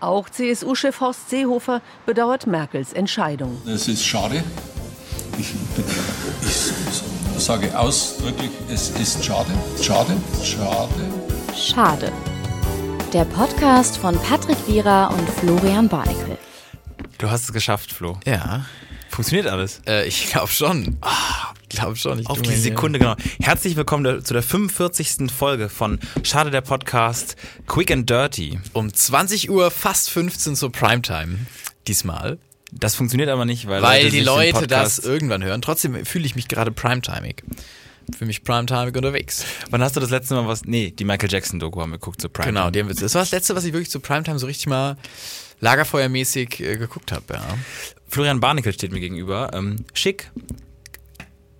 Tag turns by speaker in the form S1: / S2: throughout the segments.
S1: Auch CSU-Chef Horst Seehofer bedauert Merkels Entscheidung.
S2: Es ist schade. Ich, ich sage ausdrücklich, es ist schade. Schade, schade.
S3: Schade. Der Podcast von Patrick Wierer und Florian Barnikel.
S4: Du hast es geschafft, Flo.
S5: Ja.
S4: Funktioniert alles.
S5: Äh, ich glaube schon. Ah,
S4: Glaub schon. Ich
S5: Auf
S4: tu
S5: die
S4: mir-
S5: Sekunde,
S4: genau. Herzlich willkommen da- zu der 45. Folge von Schade der Podcast Quick and Dirty.
S5: um 20 Uhr, fast 15 zur Primetime. Diesmal.
S4: Das funktioniert aber nicht, weil,
S5: Weil
S4: Leute
S5: die
S4: sich den
S5: Leute das
S4: Podcast-
S5: irgendwann hören. Trotzdem fühle ich mich gerade primetimig. Fühle mich primetimig unterwegs.
S4: Wann hast du das letzte Mal was? Nee, die Michael Jackson Doku haben wir geguckt zu Prime.
S5: Genau, die haben wir, das war das letzte, was ich wirklich zu Primetime so richtig mal lagerfeuermäßig äh, geguckt habe. Ja.
S4: Florian Barnickel steht mir gegenüber. Ähm, schick,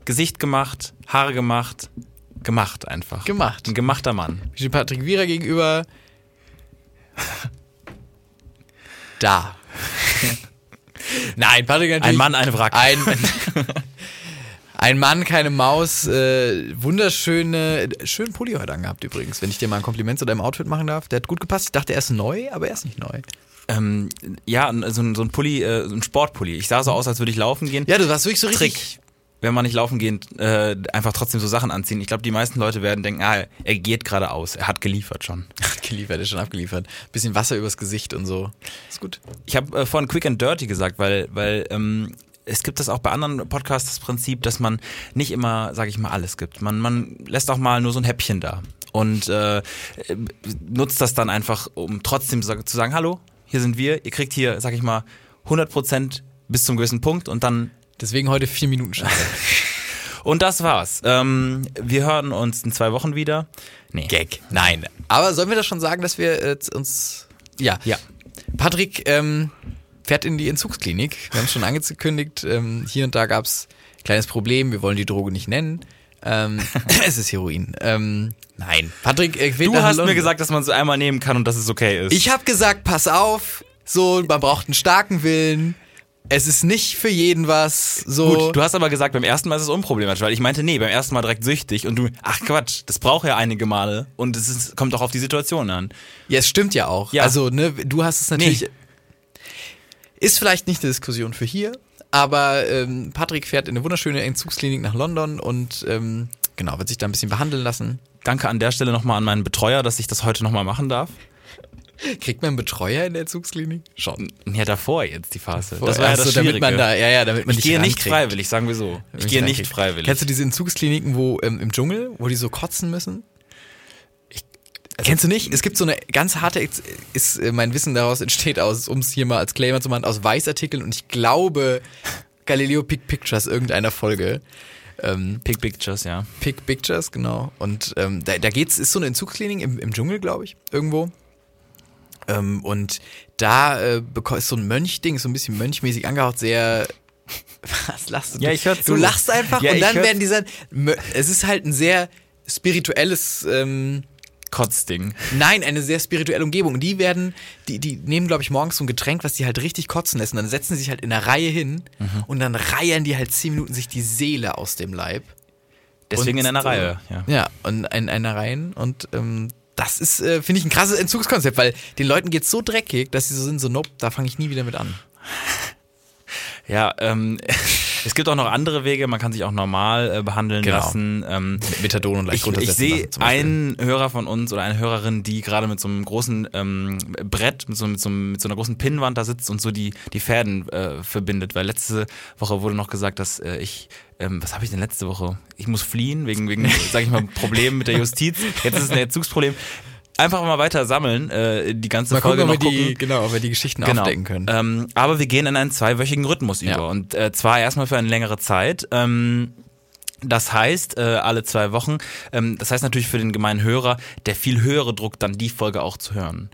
S4: Gesicht gemacht, Haare gemacht, gemacht einfach.
S5: Gemacht.
S4: Ein gemachter Mann.
S5: Steht Patrick Wierer gegenüber. Da. Nein, Patrick natürlich.
S4: Ein Mann, eine Wrack.
S5: Ein, ein Mann, keine Maus. Äh, wunderschöne, schönen Pulli heute angehabt übrigens. Wenn ich dir mal ein Kompliment zu deinem Outfit machen darf. Der hat gut gepasst. Ich dachte, er ist neu, aber er ist nicht neu.
S4: ähm, ja, ein- so ein, so ein Pulli, äh, so ein Sportpulli. Ich sah so aus, als würde ich laufen gehen.
S5: Ja, du warst wirklich so richtig.
S4: Trick. Wenn man nicht laufen geht, äh, einfach trotzdem so Sachen anziehen. Ich glaube, die meisten Leute werden denken, ah, er geht gerade aus. Er hat geliefert schon.
S5: Geliefert, ist schon abgeliefert. Bisschen Wasser übers Gesicht und so. Ist gut.
S4: Ich habe äh, vorhin Quick and Dirty gesagt, weil, weil ähm, es gibt das auch bei anderen Podcasts, das Prinzip, dass man nicht immer, sage ich mal, alles gibt. Man, man lässt auch mal nur so ein Häppchen da und äh, äh, nutzt das dann einfach, um trotzdem sa- zu sagen, hallo, hier sind wir, ihr kriegt hier, sag ich mal, 100% bis zum gewissen Punkt und dann
S5: Deswegen heute vier Minuten Schade.
S4: und das war's. Ähm, wir hören uns in zwei Wochen wieder. Nee.
S5: Gag. Nein. Aber sollen wir das schon sagen, dass wir äh, z- uns. Ja.
S4: Ja.
S5: Patrick ähm, fährt in die Entzugsklinik. Wir haben es schon angekündigt. Ähm, hier und da gab es kleines Problem. Wir wollen die Droge nicht nennen. Ähm, es ist Heroin. Ähm, nein. Patrick, äh,
S4: Du hast mir gesagt, dass man es einmal nehmen kann und dass es okay ist.
S5: Ich habe gesagt, pass auf. So, man braucht einen starken Willen. Es ist nicht für jeden was. So.
S4: Gut, du hast aber gesagt, beim ersten Mal ist es unproblematisch, weil ich meinte, nee, beim ersten Mal direkt süchtig und du, ach Quatsch, das braucht ja einige Male und es ist, kommt auch auf die Situation an.
S5: Ja, es stimmt ja auch.
S4: Ja.
S5: Also, ne, du hast es natürlich.
S4: Nee.
S5: Ist vielleicht nicht eine Diskussion für hier, aber ähm, Patrick fährt in eine wunderschöne Entzugsklinik nach London und ähm, genau, wird sich da ein bisschen behandeln lassen.
S4: Danke an der Stelle nochmal an meinen Betreuer, dass ich das heute nochmal machen darf.
S5: Kriegt man einen Betreuer in der Entzugsklinik? Schon.
S4: Ja, davor jetzt die Phase.
S5: Das war ja das
S4: Schwierige.
S5: damit man da, ja, ja, damit man
S4: ich gehe nicht
S5: rankriegt.
S4: freiwillig, sagen wir so. Ich gehe nicht
S5: rankriegt.
S4: freiwillig.
S5: Kennst du diese Entzugskliniken, wo ähm, im Dschungel, wo die so kotzen müssen? Kennst du nicht? Es gibt so eine ganz harte, Ex- ist äh, mein Wissen daraus entsteht aus, um es hier mal als Claimer zu machen, aus Weißartikeln und ich glaube Galileo Pick Pictures irgendeiner Folge. Ähm,
S4: Pick Pictures, ja.
S5: Pick Pictures, genau. Und ähm, da, da geht's, ist so eine Entzugsklinik im, im Dschungel, glaube ich, irgendwo. Ähm, und da äh, beko- ist so ein Mönch-Ding, so ein bisschen mönchmäßig angehaucht, sehr. Was lachst du?
S4: Ja, ich hör zu.
S5: Du lachst einfach
S4: Ja,
S5: und
S4: ich
S5: dann
S4: hör-
S5: werden diese. Mö- Es ist halt ein sehr spirituelles. Ähm,
S4: Kotzding.
S5: Nein, eine sehr spirituelle Umgebung. Die werden, die, die nehmen, glaube ich, morgens so ein Getränk, was die halt richtig kotzen lässt. Und dann setzen sie sich halt in einer Reihe hin und dann reihen die halt zehn Minuten sich die Seele aus dem Leib.
S4: Deswegen
S5: Und
S4: in einer
S5: so-
S4: Reihe. Ja.
S5: Ja, und in einer Reihen. Und ähm, das ist, äh, finde ich, ein krasses Entzugskonzept, weil den Leuten geht's so dreckig, dass sie so sind, so, nope, da fange ich nie wieder mit an.
S4: Ja, ähm, es gibt auch noch andere Wege, man kann sich auch normal äh, behandeln
S5: Genau.
S4: lassen. Ähm,
S5: Methadon und
S4: ich, ich sehe einen Hörer von uns oder eine Hörerin, die gerade mit so einem großen ähm, Brett, mit so, mit, so, mit so einer großen Pinnwand da sitzt und so die, die Fäden äh, verbindet. Weil letzte Woche wurde noch gesagt, dass äh, ich, ähm, was habe ich denn letzte Woche? Ich muss fliehen wegen, wegen sage ich mal, Problemen mit der Justiz. Jetzt ist es ein Erzugsproblem. Einfach mal weiter sammeln, äh, die ganze
S5: Mal
S4: Folge
S5: gucken, ob
S4: noch
S5: wir die,
S4: gucken.
S5: genau, Äh, ob wir die Geschichten aufdecken können.
S4: Ähm, aber wir gehen in einen zweiwöchigen Rhythmus
S5: Ja.
S4: über und äh, zwar erstmal für eine längere Zeit. Ähm, das heißt, äh, alle zwei Wochen, ähm, das heißt natürlich für den gemeinen Hörer, der viel höhere Druck, dann die Folge auch zu hören.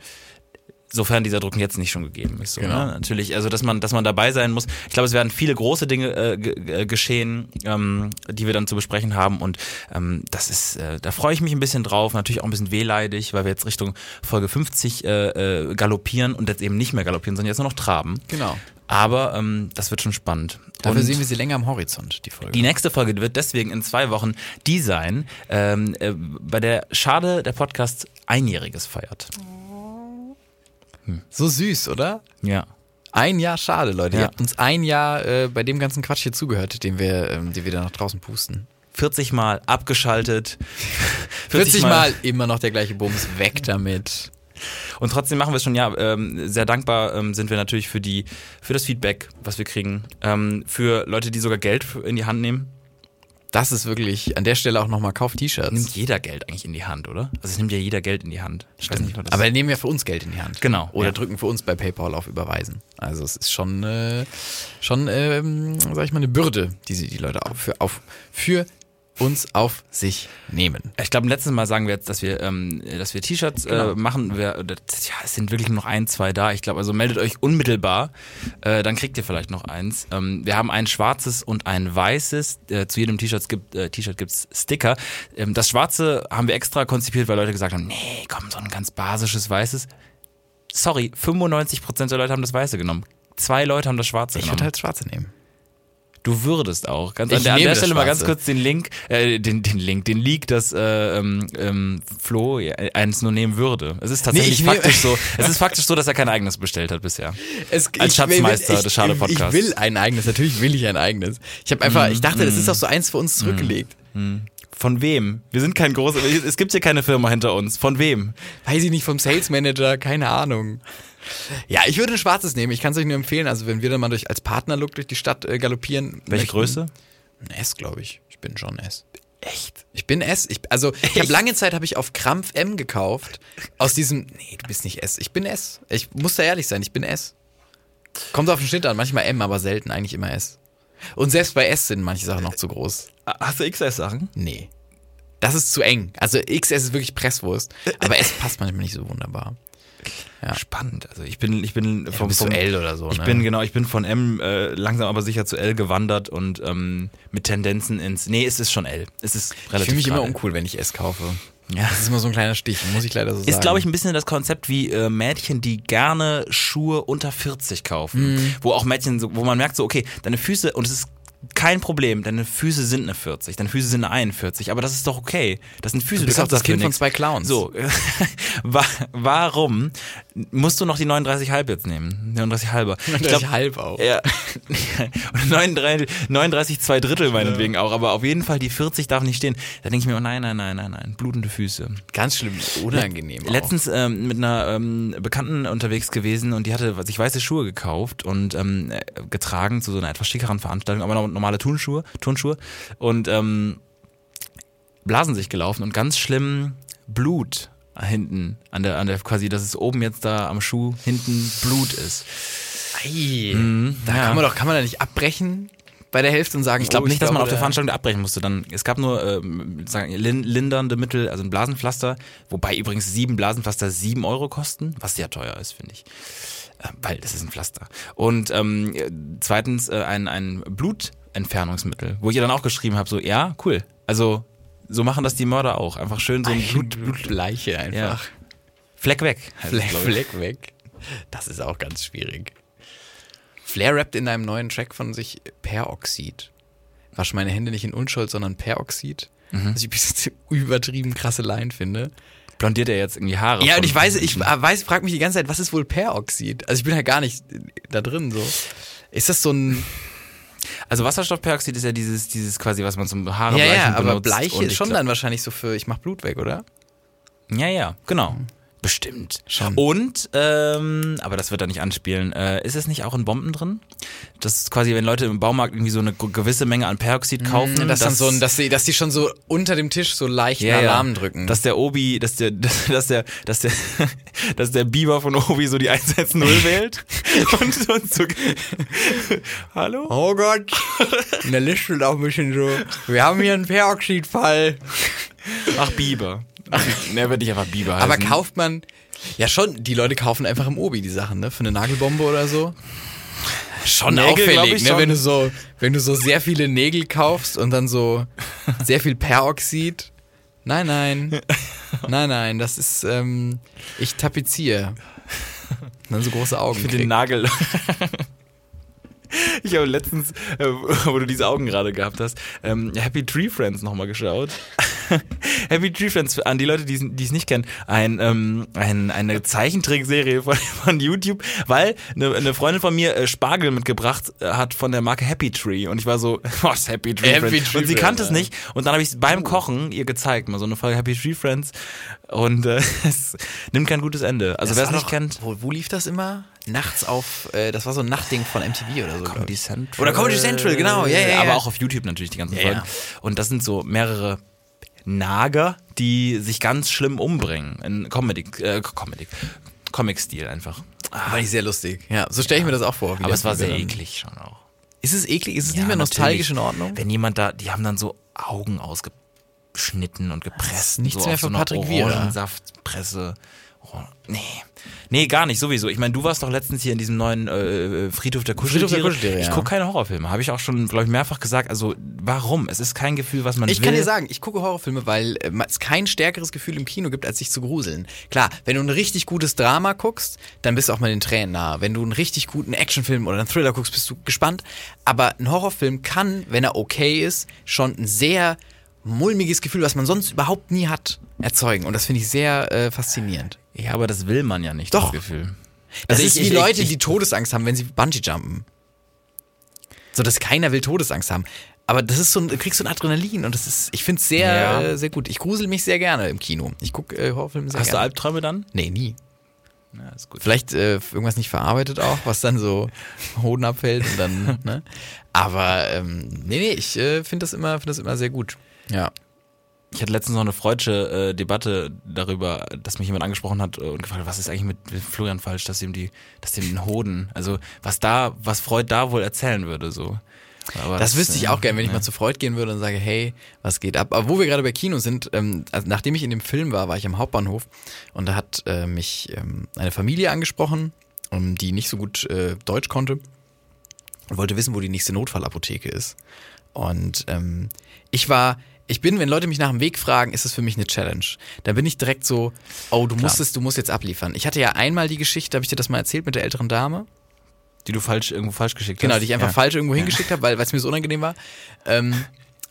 S4: Sofern dieser Druck jetzt nicht schon gegeben ist. So,
S5: Genau.
S4: ne? Natürlich, also dass man, dass man dabei sein muss. Ich glaube, es werden viele große Dinge äh, ge- ge- geschehen, ähm, die wir dann zu besprechen haben. Und ähm, das ist, äh, da freue ich mich ein bisschen drauf, natürlich auch ein bisschen wehleidig, weil wir jetzt Richtung Folge 50 äh, äh, galoppieren und jetzt eben nicht mehr galoppieren, sondern jetzt nur noch traben.
S5: Genau.
S4: Aber ähm, das wird schon spannend.
S5: Dafür
S4: Und-
S5: sehen wir sie länger am Horizont, die Folge.
S4: die nächste Folge wird deswegen in zwei Wochen die sein, ähm, äh, bei der Schade der Podcast Einjähriges feiert.
S5: So süß, oder?
S4: Ja.
S5: Ein Jahr schade, Leute. Ihr
S4: Ja.
S5: habt uns ein Jahr äh, bei dem ganzen Quatsch hier zugehört, den wir, ähm, den wir da nach draußen pusten.
S4: 40 Mal abgeschaltet.
S5: 40 Mal immer noch der gleiche Bums, weg damit.
S4: Und trotzdem machen wir es schon, ja, ähm, sehr dankbar ähm, sind wir natürlich für die, für das Feedback, was wir kriegen. Ähm, für Leute, die sogar Geld in die Hand nehmen.
S5: Das ist wirklich an der Stelle auch nochmal, kauft
S4: Nimmt
S5: T-Shirts.
S4: jeder Geld eigentlich in die Hand, oder? Also es nimmt ja jeder Geld in die Hand. Ich weiß nicht, ob das-
S5: Aber nehmen ja für uns Geld in die Hand.
S4: Genau,
S5: Oder
S4: ja.
S5: drücken für uns bei PayPal auf Überweisen. Also es ist schon, äh, schon ähm, sag ich mal, eine Bürde, die sie die Leute auf, für, auf, für uns auf sich nehmen.
S4: Äh, Ich glaube, letztes Mal sagen wir jetzt, dass wir, ähm, dass wir T-Shirts äh, machen. Wir, das, ja, es sind wirklich nur noch ein, zwei da. Ich glaube, also meldet euch unmittelbar. Äh, dann kriegt ihr vielleicht noch eins. Ähm, wir haben ein schwarzes und ein weißes. Äh, zu jedem T-Shirt gibt äh, T-Shirt gibt's Sticker. Ähm, das schwarze haben wir extra konzipiert, weil Leute gesagt haben, nee, komm, so ein ganz basisches weißes. Sorry, 95% der Leute haben das weiße genommen. Zwei Leute haben das schwarze
S5: Ich
S4: genommen.
S5: würde halt Schwarze nehmen.
S4: Du würdest auch. Ganz,
S5: Ich
S4: an der, an
S5: nehme
S4: der
S5: das
S4: Stelle mal ganz
S5: Schwarze.
S4: kurz den Link, äh, den, den Link, den Leak, dass äh, ähm, ähm, Flo ja, eins nur nehmen würde. Es ist tatsächlich
S5: ich nehme-
S4: faktisch so. Es ist faktisch so, dass er kein eigenes bestellt hat bisher.
S5: Es,
S4: Als Schatzmeister
S5: will-
S4: des Schade-Podcasts.
S5: Ich will ein eigenes, natürlich will ich ein eigenes. Ich habe einfach, ich dachte, das
S4: Mhm.
S5: ist auch so eins für uns zurückgelegt.
S4: Von wem? Wir sind kein großer. Es gibt hier keine Firma hinter uns. Von wem?
S5: Weiß ich nicht, vom Sales Manager, keine Ahnung. Ja, ich würde ein schwarzes nehmen, ich kann es euch nur empfehlen. Also wenn wir dann mal durch, als Partnerlook durch die Stadt äh, galoppieren.
S4: Welche
S5: möchten.
S4: Größe?
S5: Ein S, glaube ich. Ich bin schon S. Echt? Ich bin S. Ich, also ich habe lange Zeit habe ich auf Krampf M gekauft. Aus diesem, nee, du bist nicht S. Ich bin S. Ich muss da ehrlich sein, ich bin S. Kommt auf den Schnitt an, manchmal M, aber selten eigentlich immer S. Und selbst bei S sind manche Sachen noch zu groß.
S4: Ah, Hast du XS-Sachen?
S5: Nee. Das ist zu eng. Also XS ist wirklich Presswurst. Aber S passt manchmal nicht so wunderbar.
S4: Spannend. Also ich bin, ich bin
S5: Ja, du bist so L oder so,
S4: Ich
S5: ne?
S4: bin genau, ich bin von M äh, langsam aber sicher zu L gewandert und ähm, mit Tendenzen ins. Nee, es ist schon L. Es ist relativ.
S5: ich fühle mich immer
S4: gerade L.
S5: uncool, wenn ich S kaufe.
S4: Ja.
S5: Das ist immer so ein kleiner Stich, muss ich leider so sagen.
S4: Ist, glaube ich, ein bisschen das Konzept wie äh, Mädchen, die gerne Schuhe unter 40 kaufen.
S5: Mhm.
S4: Wo auch Mädchen, so, wo man merkt so, okay, deine Füße, und es ist kein Problem, deine Füße sind eine 40, deine Füße sind eine 41, aber das ist doch okay. Das sind Füße,
S5: Du bist
S4: kannst
S5: auch das
S4: dafür
S5: Kind von
S4: nichts.
S5: zwei Clowns.
S4: So, wa- warum musst du noch die 39 halb jetzt nehmen? 39 halber. Ich glaub,
S5: 39 halb auch.
S4: Ja. Und 39, 39 zwei Drittel meinetwegen auch, aber auf jeden Fall die 40 darf nicht stehen. Da denke ich mir, oh nein, nein, nein, nein, nein, blutende Füße.
S5: Ganz schlimm, unangenehm. auch.
S4: Letztens ähm, mit einer ähm, Bekannten unterwegs gewesen und die hatte sich weiße Schuhe gekauft und ähm, äh, getragen zu so einer etwas schickeren Veranstaltung, aber noch normale Turnschuhe, Turnschuhe und ähm, Blasen sich gelaufen und ganz schlimm Blut hinten an der an der quasi, dass es oben jetzt da am Schuh hinten Blut ist.
S5: Ei, da
S4: Mhm. ja.
S5: kann man doch, kann man da nicht abbrechen bei der Hälfte und sagen,
S4: Ich glaube
S5: oh,
S4: nicht, dass man auf
S5: glaube,
S4: der Veranstaltung abbrechen musste. Dann, es gab nur ähm, sagen, lin lindernde Mittel, also ein Blasenpflaster, wobei übrigens sieben Blasenpflaster sieben Euro kosten, was sehr teuer ist, finde ich. Äh, Weil das ist ein Pflaster. Und ähm, äh, zweitens äh, ein, ein Blutentfernungsmittel, wo ich ja dann auch geschrieben habe, so, ja, cool. Also so machen das die Mörder auch. Einfach schön so ein
S5: da-
S4: Blut,
S5: Blutleiche einfach.
S4: Fleck weg. Also, heißt es,
S5: Fleck,
S4: glaub ich.
S5: Fleck weg. Das ist auch ganz schwierig. Flair rappt in einem neuen Track von sich Peroxid. Wasch meine Hände nicht in Unschuld, sondern Peroxid.
S4: Mhm.
S5: Was ich ein bisschen übertrieben krasse Line finde.
S4: Blondiert er jetzt irgendwie Haare?
S5: Ja,
S4: von-
S5: und ich weiß, ich äh, weiß, frag mich die ganze Zeit, was ist wohl Peroxid? Also ich bin halt gar nicht da drin so. Ist das so ein
S4: Also Wasserstoffperoxid ist ja dieses, dieses quasi, was man zum Haare
S5: Ja, ja,
S4: bleichen
S5: aber
S4: benutzt.
S5: Bleiche
S4: Und
S5: ist
S4: ich
S5: schon
S4: glaub-
S5: dann wahrscheinlich so für ich mach Blut weg, oder?
S4: Ja, ja, genau. Bestimmt.
S5: Mhm. Schon.
S4: Und, ähm, aber das wird er nicht anspielen. Äh, ist es nicht auch in Bomben drin? Das ist quasi, wenn Leute im Baumarkt irgendwie so eine g- gewisse Menge an Peroxid kaufen,
S5: Mhm, dass, dann so ein, dass, die, dass die schon so unter dem Tisch so leicht
S4: Mhm. ja,
S5: einen
S4: ja.
S5: Alarm drücken.
S4: Dass der Obi, dass der, dass, dass der, dass der, dass der Biber von Obi so die 110 wählt und, und so. Hallo?
S5: oh Gott. Und der lispelt auch ein bisschen so. Wir haben hier einen Peroxidfall.
S4: Ach, Biber. Ne, wird nicht einfach Biber heißen.
S5: Aber kauft man. Ja, schon, die Leute kaufen einfach im Obi die Sachen, ne? Für eine Nagelbombe oder so. Schon
S4: Oh, Nägel, glaub ich
S5: auffällig, ne?
S4: schon.
S5: Wenn du so, wenn du so sehr viele Nägel kaufst und dann so sehr viel Peroxid. Nein, nein. Nein, nein, das ist, ähm, ich tapeziere. Und dann so große Augen.
S4: Für
S5: kriegt.
S4: den Nagel. Ich habe letztens, äh, wo du diese Augen gerade gehabt hast, ähm, Happy Tree Friends nochmal geschaut. Happy Tree Friends, an die Leute, die es- die es nicht kennen, ein, ähm, ein, eine Zeichentrickserie von, von YouTube, weil eine, eine Freundin von mir äh, Spargel mitgebracht äh, hat von der Marke Happy Tree. Und ich war so, was Happy Tree
S5: Happy
S4: Friends?
S5: Tree
S4: und sie kannte es
S5: Friends, Oh.
S4: nicht. Und dann habe ich es beim Kochen ihr gezeigt, mal so eine Folge Happy Tree Friends. Und äh, es nimmt kein gutes Ende. Also wer es
S5: war
S4: nicht
S5: doch-
S4: kennt.
S5: Wo, wo lief das immer? Nachts auf, äh, das war so ein Nachtding von MTV oder so. glaub
S4: Comedy
S5: ich.
S4: Central.
S5: Äh, Oder Comedy Central, genau, ja, ja, ja.
S4: Aber auch auf YouTube natürlich die ganzen
S5: Ja,
S4: Folgen.
S5: ja.
S4: Und das sind so mehrere Nager, die sich ganz schlimm umbringen. In Comedy, äh, Comedy, Comic-Stil einfach.
S5: War ah, ich sehr lustig. Ja, so stelle ich mir das auch vor. wie
S4: Aber
S5: das
S4: es war
S5: mit
S4: sehr
S5: den-
S4: eklig schon auch.
S5: Ist es eklig? Ist es
S4: Ja,
S5: nicht mehr
S4: natürlich.
S5: nostalgisch in Ordnung?
S4: Wenn jemand da, die haben dann so Augen ausgeschnitten und gepresst.
S5: nichts
S4: so
S5: mehr
S4: auf so
S5: für
S4: einer
S5: Patrick Wierer.
S4: Orangensaftpresse. Oh, nee. Nee, gar nicht, sowieso. Ich meine, du warst doch letztens hier in diesem neuen äh, Friedhof der Kuscheltiere.
S5: Friedhof der Kuscheltiere,
S4: ich
S5: ja.
S4: gucke keine Horrorfilme. Habe ich auch schon, glaube ich, mehrfach gesagt. Also, warum? Es ist kein Gefühl, was man
S5: Ich
S4: will.
S5: kann dir sagen, ich gucke Horrorfilme, weil äh, es kein stärkeres Gefühl im Kino gibt, als sich zu gruseln. Klar, wenn du ein richtig gutes Drama guckst, dann bist du auch mal den Tränen nahe. Wenn du einen richtig guten Actionfilm oder einen Thriller guckst, bist du gespannt. Aber ein Horrorfilm kann, wenn er okay ist, schon ein sehr mulmiges Gefühl, was man sonst überhaupt nie hat, erzeugen. Und das finde ich sehr äh, faszinierend.
S4: Ja, aber das will man ja nicht,
S5: Doch.
S4: das Gefühl.
S5: Das
S4: Also
S5: ist
S4: ich-
S5: wie
S4: ich-
S5: Leute,
S4: ich-
S5: die Todesangst haben, wenn sie Bungee-Jumpen. So, dass keiner will Todesangst haben. Aber das ist so ein, du kriegst so ein Adrenalin und das ist, ich finde es sehr,
S4: Ja.
S5: äh, sehr gut. Ich grusel mich sehr gerne im Kino. Ich gucke äh, Horrorfilme sehr
S4: Hast du
S5: gerne.
S4: Albträume dann?
S5: nee, nie.
S4: Ja, ist gut.
S5: Vielleicht äh, irgendwas nicht verarbeitet auch, was dann so Hoden abfällt und dann, ne? Aber ähm, nee, nee, ich äh, finde das, immer- find das immer sehr gut. Ja.
S4: Ich hatte letztens noch eine freudsche äh, Debatte darüber, dass mich jemand angesprochen hat äh, und gefragt hat, was ist eigentlich mit mit Florian falsch, dass ihm die, dass dem den Hoden, also was da, was Freud da wohl erzählen würde, so. Aber äh,
S5: Das wüsste ich auch gerne, wenn ich
S4: ja.
S5: mal zu Freud gehen würde und sage, hey, was geht ab? Aber wo wir gerade bei Kino sind, ähm, also nachdem ich in dem Film war, war ich am Hauptbahnhof und da hat äh, mich ähm, eine Familie angesprochen, ähm, die nicht so gut äh, Deutsch konnte und wollte wissen, wo die nächste Notfallapotheke ist. Und ähm, ich war, ich bin, wenn Leute mich nach dem Weg fragen, ist es für mich eine Challenge. Da bin ich direkt so, oh, du musst es, du musst jetzt abliefern. Ich hatte ja einmal die Geschichte, habe ich dir das mal erzählt mit der älteren Dame?
S4: Die du falsch, irgendwo falsch geschickt
S5: Genau,
S4: hast.
S5: die ich einfach falsch irgendwo hingeschickt habe, weil weil es mir so unangenehm war. Ähm,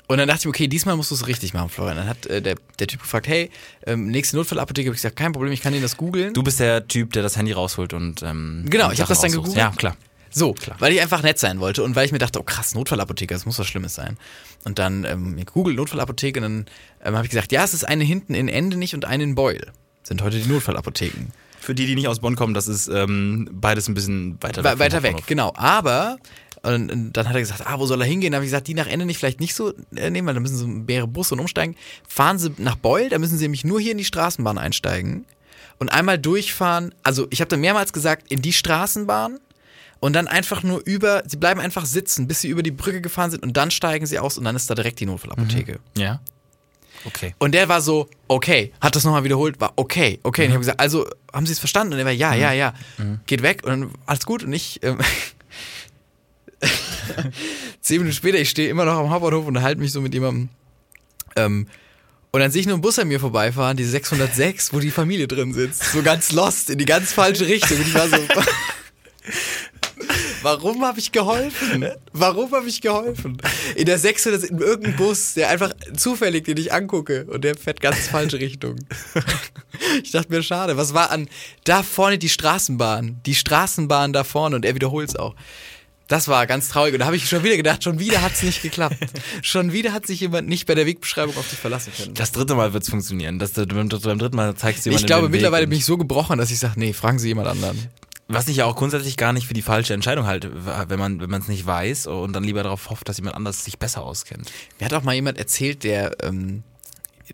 S5: und dann dachte ich, mir, okay, diesmal musst du es richtig machen, Florian. Dann hat äh, der, der Typ gefragt, hey, ähm, nächste Notfallapotheke. Habe ich gesagt, kein Problem, ich kann Ihnen das googeln.
S4: Du bist der Typ, der das Handy rausholt und, ähm,
S5: Genau,
S4: und
S5: ich hab
S4: Sachen
S5: das dann
S4: raussucht.
S5: gegoogelt.
S4: Ja, klar.
S5: So, weil ich einfach nett sein wollte und weil ich mir dachte, oh krass, Notfallapotheke, das muss was Schlimmes sein. Und dann ähm, Google Notfallapotheke und dann ähm, habe ich gesagt, ja, es ist eine hinten in Endenich und eine in Beul. Sind heute die Notfallapotheken.
S4: Für die, die nicht aus Bonn kommen, das ist ähm, beides ein bisschen weiter
S5: We-
S4: vom
S5: weiter weg,
S4: Hauptbahnhof.
S5: genau. Aber und, und dann hat er gesagt, ah, wo soll er hingehen? Da habe ich gesagt, die nach Ende nicht vielleicht nicht so äh, nehmen, weil da müssen sie mehrere Busse und umsteigen. Fahren sie nach Beul, da müssen sie nämlich nur hier in die Straßenbahn einsteigen und einmal durchfahren. Also ich habe dann mehrmals gesagt, in die Straßenbahn und dann einfach nur über, sie bleiben einfach sitzen, bis sie über die Brücke gefahren sind und dann steigen sie aus und dann ist da direkt die Notfallapotheke.
S4: Ja. Okay.
S5: Und der war so, okay, hat das nochmal wiederholt, war okay, okay. Und ich habe gesagt, also haben Sie es verstanden? Und er war, ja, ja, ja. Geht weg und dann alles gut. Und ich, ähm, zehn Minuten später, ich stehe immer noch am Hauptbahnhof und halte mich so mit jemandem. Ähm, und dann sehe ich nur einen Bus an mir vorbeifahren, die 606, wo die Familie drin sitzt. So ganz lost, in die ganz falsche Richtung. Und ich war so, Warum habe ich geholfen? Warum habe ich geholfen? In der 600 in irgendeinem Bus, der einfach zufällig, den ich angucke und der fährt ganz falsche Richtung. Ich dachte mir, schade, was war an da vorne die Straßenbahn, die Straßenbahn da vorne und er wiederholt es auch. Das war ganz traurig und da habe ich schon wieder gedacht, schon wieder hat es nicht geklappt. Schon wieder hat sich jemand nicht bei der Wegbeschreibung auf dich verlassen können.
S4: Das dritte Mal wird's funktionieren. Das, beim, beim dritten Mal zeigst du
S5: Ich
S4: jemandem
S5: glaube,
S4: den Weg
S5: mittlerweile
S4: und-
S5: bin ich so gebrochen, dass ich sage, nee, fragen Sie jemand anderen.
S4: Was ich ja auch grundsätzlich gar nicht für die falsche Entscheidung halte, wenn man wenn man es nicht weiß und dann lieber darauf hofft, dass jemand anders sich besser auskennt.
S5: Mir hat auch mal jemand erzählt, der ähm,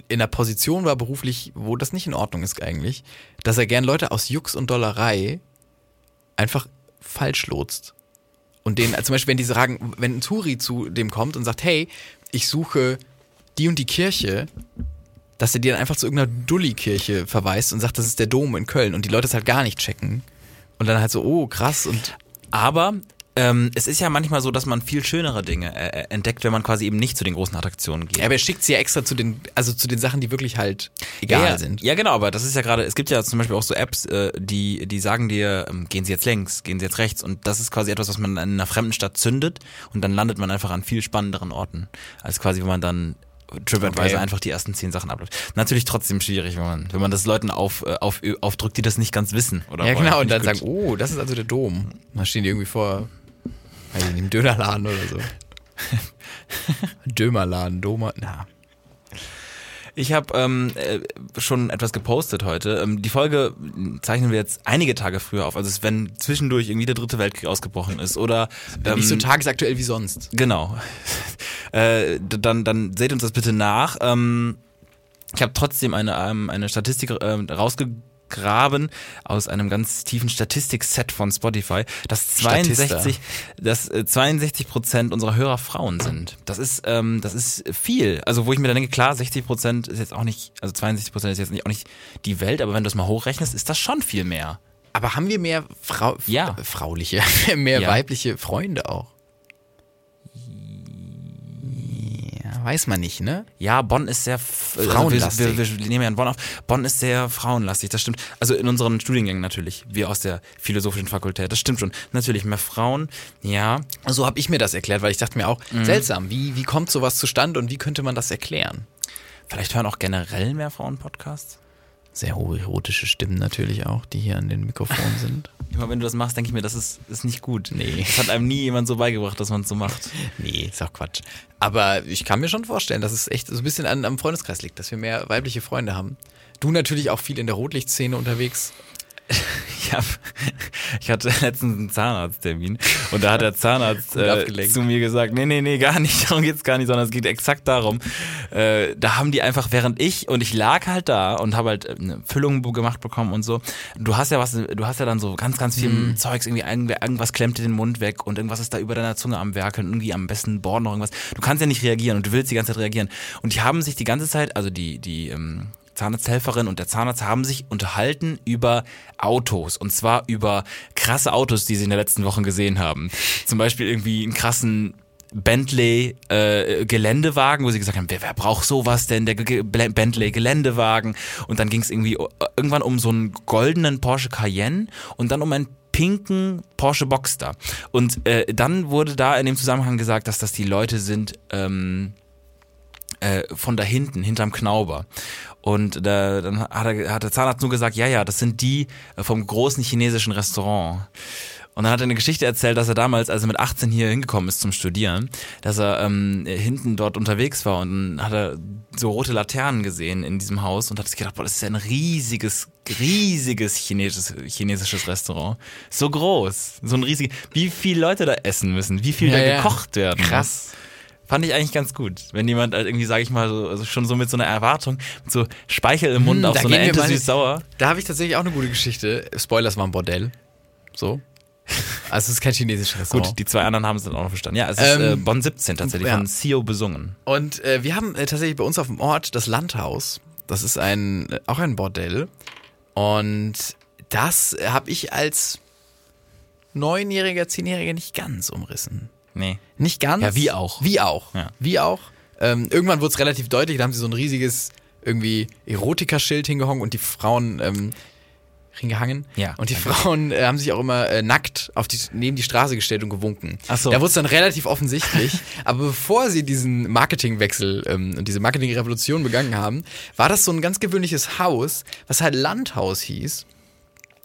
S5: in einer Position war beruflich, wo das nicht in Ordnung ist eigentlich, dass er gern Leute aus Jux und Dollerei einfach falsch lotst. Und denen, also zum Beispiel, wenn die sagen, wenn ein Turi zu dem kommt und sagt, hey, ich suche die und die Kirche, dass er die dann einfach zu irgendeiner Dulli-Kirche verweist und sagt, das ist der Dom in Köln und die Leute es halt gar nicht checken. Und dann halt so, oh, krass und
S4: Aber ähm, es ist ja manchmal so, dass man viel schönere Dinge äh, äh, entdeckt, wenn man quasi eben nicht zu den großen Attraktionen geht.
S5: aber er schickt sie ja extra zu den, also zu den Sachen, die wirklich halt egal
S4: ja,
S5: sind.
S4: Ja, genau, aber das ist ja gerade, es gibt ja zum Beispiel auch so Apps, äh, die, die sagen dir, ähm, gehen sie jetzt längs, gehen sie jetzt rechts und das ist quasi etwas, was man in einer fremden Stadt zündet und dann landet man einfach an viel spannenderen Orten, als quasi wenn man dann TripAdvisor
S5: Okay.
S4: einfach die ersten zehn Sachen abläuft. Natürlich trotzdem schwierig, wenn man, wenn man das Leuten auf, äh, auf, aufdrückt, die das nicht ganz wissen. Oder
S5: Ja,
S4: wollen.
S5: genau. Und
S4: Finde
S5: dann
S4: ich
S5: sagen,
S4: gut.
S5: oh, das ist also der Dom. Dann stehen die irgendwie vor, weiß ich nicht, im Dönerladen oder so. Dömerladen, Doma, na.
S4: Ich habe ähm, äh, schon etwas gepostet heute. Ähm, die Folge zeichnen wir jetzt einige Tage früher auf. Also es- wenn zwischendurch irgendwie der dritte Weltkrieg ausgebrochen ist oder ähm,
S5: Nicht so tagesaktuell wie sonst.
S4: Genau. Äh, d- dann, dann seht uns das bitte nach. Ähm, ich habe trotzdem eine, ähm, eine Statistik ähm, rausgegraben aus einem ganz tiefen Statistikset von Spotify, dass 62, dass, äh, 62 Prozent unserer Hörer Frauen sind. Das ist, ähm, das ist viel. Also wo ich mir dann denke, klar, 60 Prozent ist jetzt auch nicht, also 62 Prozent ist jetzt nicht, auch nicht die Welt, aber wenn du das mal hochrechnest, ist das schon viel mehr.
S5: Aber haben wir mehr Frau,
S4: Ja.
S5: äh, frauliche, mehr
S4: Ja.
S5: weibliche Freunde auch? Ja, weiß man nicht, ne?
S4: Ja, Bonn ist sehr f- also
S5: Frauenlastig.
S4: Wir, wir, wir nehmen ja in Bonn auf. Bonn ist sehr frauenlastig, das stimmt. Also in unseren Studiengängen natürlich. Wir aus der philosophischen Fakultät, das stimmt schon. Natürlich mehr Frauen, ja.
S5: So habe ich mir das erklärt, weil ich dachte mir auch, seltsam, wie, wie kommt sowas zustande und wie könnte man das erklären?
S4: Vielleicht hören auch generell mehr Frauen Podcasts.
S5: Sehr hohe erotische Stimmen natürlich auch, die hier an den Mikrofonen sind.
S4: Immer wenn du das machst, denke ich mir, das ist, ist nicht gut.
S5: Nee.
S4: Das hat einem nie jemand so beigebracht, dass man es so macht.
S5: Nee, ist auch Quatsch. Aber ich kann mir schon vorstellen, dass es echt so ein bisschen an, am Freundeskreis liegt, dass wir mehr weibliche Freunde haben. Du natürlich auch viel in der Rotlichtszene unterwegs.
S4: Ich, hab, ich hatte letztens einen Zahnarzttermin und da hat der Zahnarzt äh,
S5: abgelenkt.
S4: zu mir gesagt, nee, nee, nee, gar nicht, darum geht's gar nicht, sondern es geht exakt darum. Äh, da haben die einfach, während ich und ich lag halt da und habe halt äh, eine Füllung be- gemacht bekommen und so, du hast ja was, du hast ja dann so ganz, ganz viel Zeugs, irgendwie irgendwer- irgendwas klemmt dir den Mund weg und irgendwas ist da über deiner Zunge am Werkeln, irgendwie am besten Bord noch irgendwas. Du kannst ja nicht reagieren und du willst die ganze Zeit reagieren. Und die haben sich die ganze Zeit, also die, die, ähm, Zahnarzthelferin und der Zahnarzt haben sich unterhalten über Autos und zwar über krasse Autos, die sie in den letzten Wochen gesehen haben. Zum Beispiel irgendwie einen krassen Bentley äh, Geländewagen, wo sie gesagt haben, wer, wer braucht sowas denn, der Ge- Ge- Bentley Geländewagen und dann ging es irgendwie äh, irgendwann um so einen goldenen Porsche Cayenne und dann um einen pinken Porsche Boxster und äh, dann wurde da in dem Zusammenhang gesagt, dass das die Leute sind, ähm, äh, von da hinten, hinterm Knauber. Und da, dann hat, er, hat der Zahnarzt nur gesagt, ja, ja, das sind die äh, vom großen chinesischen Restaurant. Und dann hat er eine Geschichte erzählt, dass er damals, als er mit 18 hier hingekommen ist zum Studieren, dass er ähm, hinten dort unterwegs war und dann hat er so rote Laternen gesehen in diesem Haus und hat sich gedacht, boah, das ist ja ein riesiges, riesiges chinesisches, chinesisches Restaurant. So groß, so ein riesiges, wie viele Leute da essen müssen, wie viel
S5: Ja,
S4: da
S5: ja.
S4: gekocht werden. muss.
S5: Krass.
S4: Fand ich eigentlich ganz gut, wenn jemand halt irgendwie, sage ich mal, so, also schon so mit so einer Erwartung, mit so Speichel im Mund
S5: Hm,
S4: auf
S5: da
S4: so eine
S5: gehen wir
S4: Ente
S5: mal-
S4: süß-sauer.
S5: Da habe ich tatsächlich auch eine gute Geschichte. Spoilers war ein Bordell. So. Also es ist kein chinesisches Restaurant.
S4: Gut, die zwei anderen haben es dann auch noch verstanden. Ja, es ist äh,
S5: Ähm,
S4: Bonn 17 tatsächlich,
S5: ja.
S4: von Sio besungen.
S5: Und äh, wir haben äh, tatsächlich bei uns auf dem Ort das Landhaus. Das ist ein äh, auch ein Bordell. Und das äh, habe ich als Neunjähriger, Zehnjähriger nicht ganz umrissen.
S4: Nee.
S5: Nicht ganz.
S4: Ja, wie auch.
S5: Wie auch.
S4: Ja.
S5: Wie auch. Ähm, irgendwann wurde es relativ deutlich, da haben sie so ein riesiges irgendwie Erotika-Schild hingehangen und die Frauen ähm, hingehangen.
S4: Ja,
S5: Und die
S4: danke.
S5: Frauen äh, haben sich auch immer äh, nackt auf die, neben die Straße gestellt und gewunken.
S4: Ach so.
S5: Da wurde es dann relativ offensichtlich. aber bevor sie diesen Marketingwechsel ähm, und diese Marketingrevolution begangen haben, war das so ein ganz gewöhnliches Haus, was halt Landhaus hieß.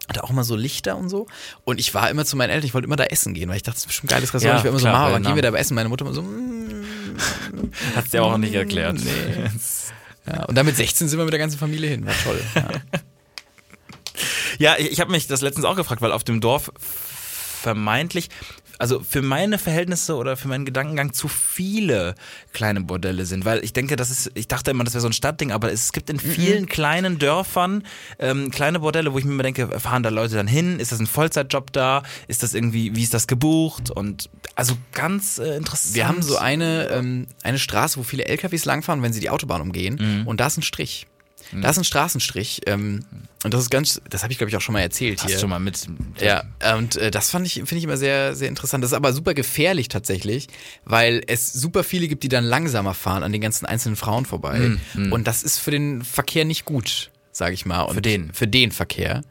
S5: Hatte auch immer so Lichter und so. Und ich war immer zu meinen Eltern, ich wollte immer da essen gehen, weil ich dachte, das ist bestimmt ein geiles Restaurant.
S4: Ja,
S5: ich war immer
S4: klar,
S5: so, Mama,
S4: weil
S5: wann
S4: Namen-
S5: gehen wir da essen? Meine Mutter immer so, mm.
S4: Hat's dir auch nicht erklärt. Nee.
S5: ja. Und dann mit 16 sind wir mit der ganzen Familie hin. War toll. Ja.
S4: Ja, ich, ich habe mich das letztens auch gefragt, weil auf dem Dorf vermeintlich, also für meine Verhältnisse oder für meinen Gedankengang zu viele kleine Bordelle sind, weil ich denke, das ist, ich dachte immer, das wäre so ein Stadtding, aber es gibt
S5: Mhm.
S4: in vielen kleinen Dörfern ähm, kleine Bordelle, wo ich mir immer denke, fahren da Leute dann hin? Ist das ein Vollzeitjob da? Ist das irgendwie, wie ist das gebucht? Und also ganz äh, interessant.
S5: Wir haben so eine, ähm, eine Straße, wo viele LKWs langfahren, wenn sie die Autobahn umgehen.
S4: Mhm.
S5: Und da ist ein Strich. Da ist ein Straßenstrich. Ähm, und das ist ganz, das habe ich glaube ich auch schon mal erzählt
S4: Hast
S5: hier.
S4: du schon mal mit.
S5: Ja, äh, und äh, das fand ich, finde ich immer sehr, sehr interessant. Das ist aber super gefährlich tatsächlich, weil es super viele gibt, die dann langsamer fahren an den ganzen einzelnen Frauen vorbei.
S4: Hm,
S5: Und das ist für den Verkehr nicht gut, sage ich mal. Und
S4: Für den.
S5: Für den Verkehr.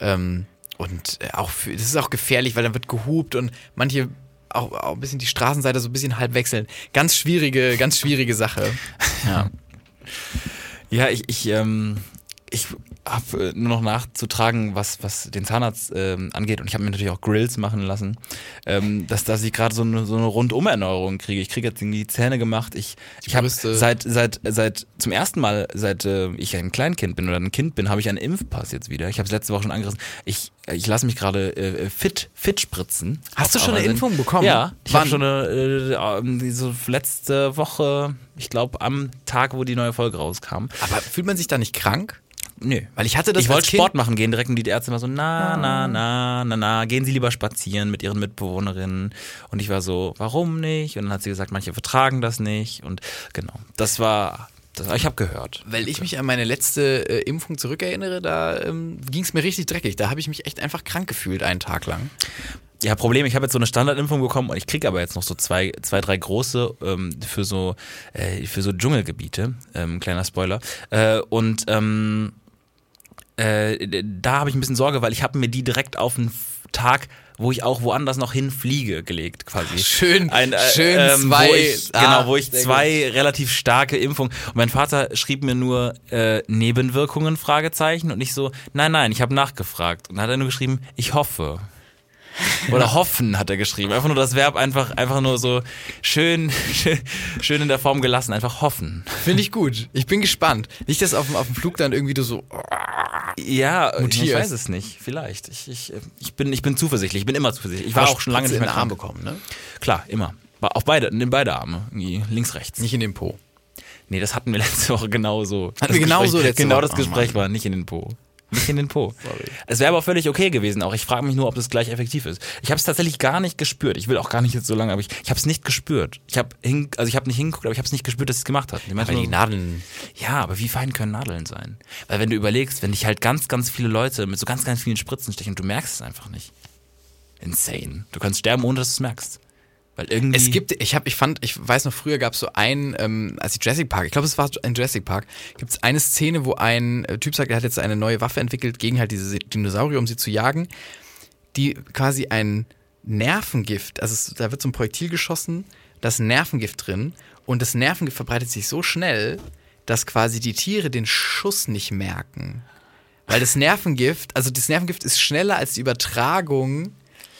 S5: Ähm, und äh, auch für, das ist auch gefährlich, weil dann wird gehupt und manche auch, auch ein bisschen die Straßenseite so ein bisschen halb wechseln. Ganz schwierige, ganz schwierige Sache.
S4: Ja. Ja, ich, ich, ähm, ich habe nur noch nachzutragen, was, was den Zahnarzt ähm, angeht. Und ich habe mir natürlich auch Grills machen lassen, ähm, dass, dass ich gerade so eine, so eine Rundumerneuerung kriege. Ich kriege jetzt irgendwie die Zähne gemacht. Ich, ich habe
S5: Brüste.
S4: seit, seit, seit zum ersten Mal, seit äh, ich ein Kleinkind bin oder ein Kind bin, habe ich einen Impfpass jetzt wieder. Ich habe es letzte Woche schon angerissen. Ich, äh, ich lasse mich gerade äh, äh, fit, fit spritzen.
S5: Hast du
S4: Auf
S5: schon eine
S4: Amazon.
S5: Impfung bekommen?
S4: Ja, ich habe
S5: Wann?
S4: schon eine, äh, ähm, so letzte Woche, ich glaube am Tag, wo die neue Folge rauskam.
S5: Aber fühlt man sich da nicht krank?
S4: Nö.
S5: Weil ich hatte das
S4: Ich wollte
S5: als Kind- Ah.
S4: Sport machen gehen direkt und die Ärzte war so, na, na, na, na, na, gehen Sie lieber spazieren mit Ihren Mitbewohnerinnen. Und ich war so, warum nicht? Und dann hat sie gesagt, manche vertragen das nicht. Und genau, das war, das, ich habe gehört.
S5: Weil ich mich an meine letzte äh, Impfung zurückerinnere, da ähm, ging es mir richtig dreckig. Da habe ich mich echt einfach krank gefühlt einen Tag lang.
S4: Ja, Problem, ich habe jetzt so eine Standardimpfung bekommen und ich kriege aber jetzt noch so zwei, zwei drei große ähm, für, so, äh, für so Dschungelgebiete. Ähm, kleiner Spoiler. Äh, und ähm, äh, da habe ich ein bisschen Sorge, weil ich habe mir die direkt auf den F- Tag wo ich auch woanders noch hinfliege gelegt quasi.
S5: Schön, schön
S4: äh, ähm, Wo
S5: zwei-
S4: ich,
S5: ah,
S4: genau, wo ich
S5: sehr
S4: zwei relativ starke Impfungen. Und mein Vater schrieb mir nur äh, Nebenwirkungen Fragezeichen und nicht so, nein, nein, ich habe nachgefragt. Und dann hat er nur geschrieben, ich hoffe. Oder hoffen hat er geschrieben. Einfach nur das Verb einfach, einfach nur so schön, schön, schön in der Form gelassen. Einfach hoffen.
S5: Finde ich gut. Ich bin gespannt. Nicht, dass auf dem, auf dem Flug dann irgendwie du so, oh,
S4: Ja, ich
S5: Mutiert.
S4: weiß es nicht. Vielleicht. Ich, ich, äh, ich, bin, ich bin zuversichtlich. Ich bin immer zuversichtlich. Ich war auch schon lange
S5: Spritze
S4: nicht
S5: in
S4: mehr
S5: den Arm
S4: krank.
S5: bekommen, ne?
S4: Klar, immer. War Auf beide, in beide Arme. Irgendwie Links, rechts.
S5: Nicht in den Po.
S4: Nee, das hatten wir letzte Woche genauso. Hatten
S5: wir genauso letzte
S4: Genau
S5: Woche. Oh
S4: das
S5: Ach,
S4: Gespräch war nicht in den Po. Nicht in den Po. Sorry. Es wäre aber völlig okay gewesen auch. Ich frage mich nur, ob das gleich effektiv ist. Ich habe es tatsächlich gar nicht gespürt. Ich will auch gar nicht jetzt so lange, aber ich, ich habe es nicht gespürt. Ich habe hin, also ich habe nicht hingeguckt, aber ich habe es nicht gespürt, dass ich es gemacht hat. Ich meinte
S5: Weil
S4: nur-
S5: die Nadeln.
S4: ja, aber wie fein können Nadeln sein? Weil wenn du überlegst, wenn dich halt ganz, ganz viele Leute mit so ganz, ganz vielen Spritzen stechen und du merkst es einfach nicht. Insane. Du kannst sterben, ohne dass du es merkst. Weil irgendwie.
S5: Es gibt, ich habe, ich fand, ich weiß noch, früher gab es so einen, ähm, als ich Jurassic Park, ich glaube, es war in Jurassic Park, gibt es eine Szene, wo ein äh, Typ sagt, er hat jetzt eine neue Waffe entwickelt gegen halt diese Dinosaurier, um sie zu jagen, die quasi ein Nervengift, also es, da wird so ein Projektil geschossen, da ist ein Nervengift drin und das Nervengift verbreitet sich so schnell, dass quasi die Tiere den Schuss nicht merken. Weil das Nervengift, also das Nervengift ist schneller als die Übertragung,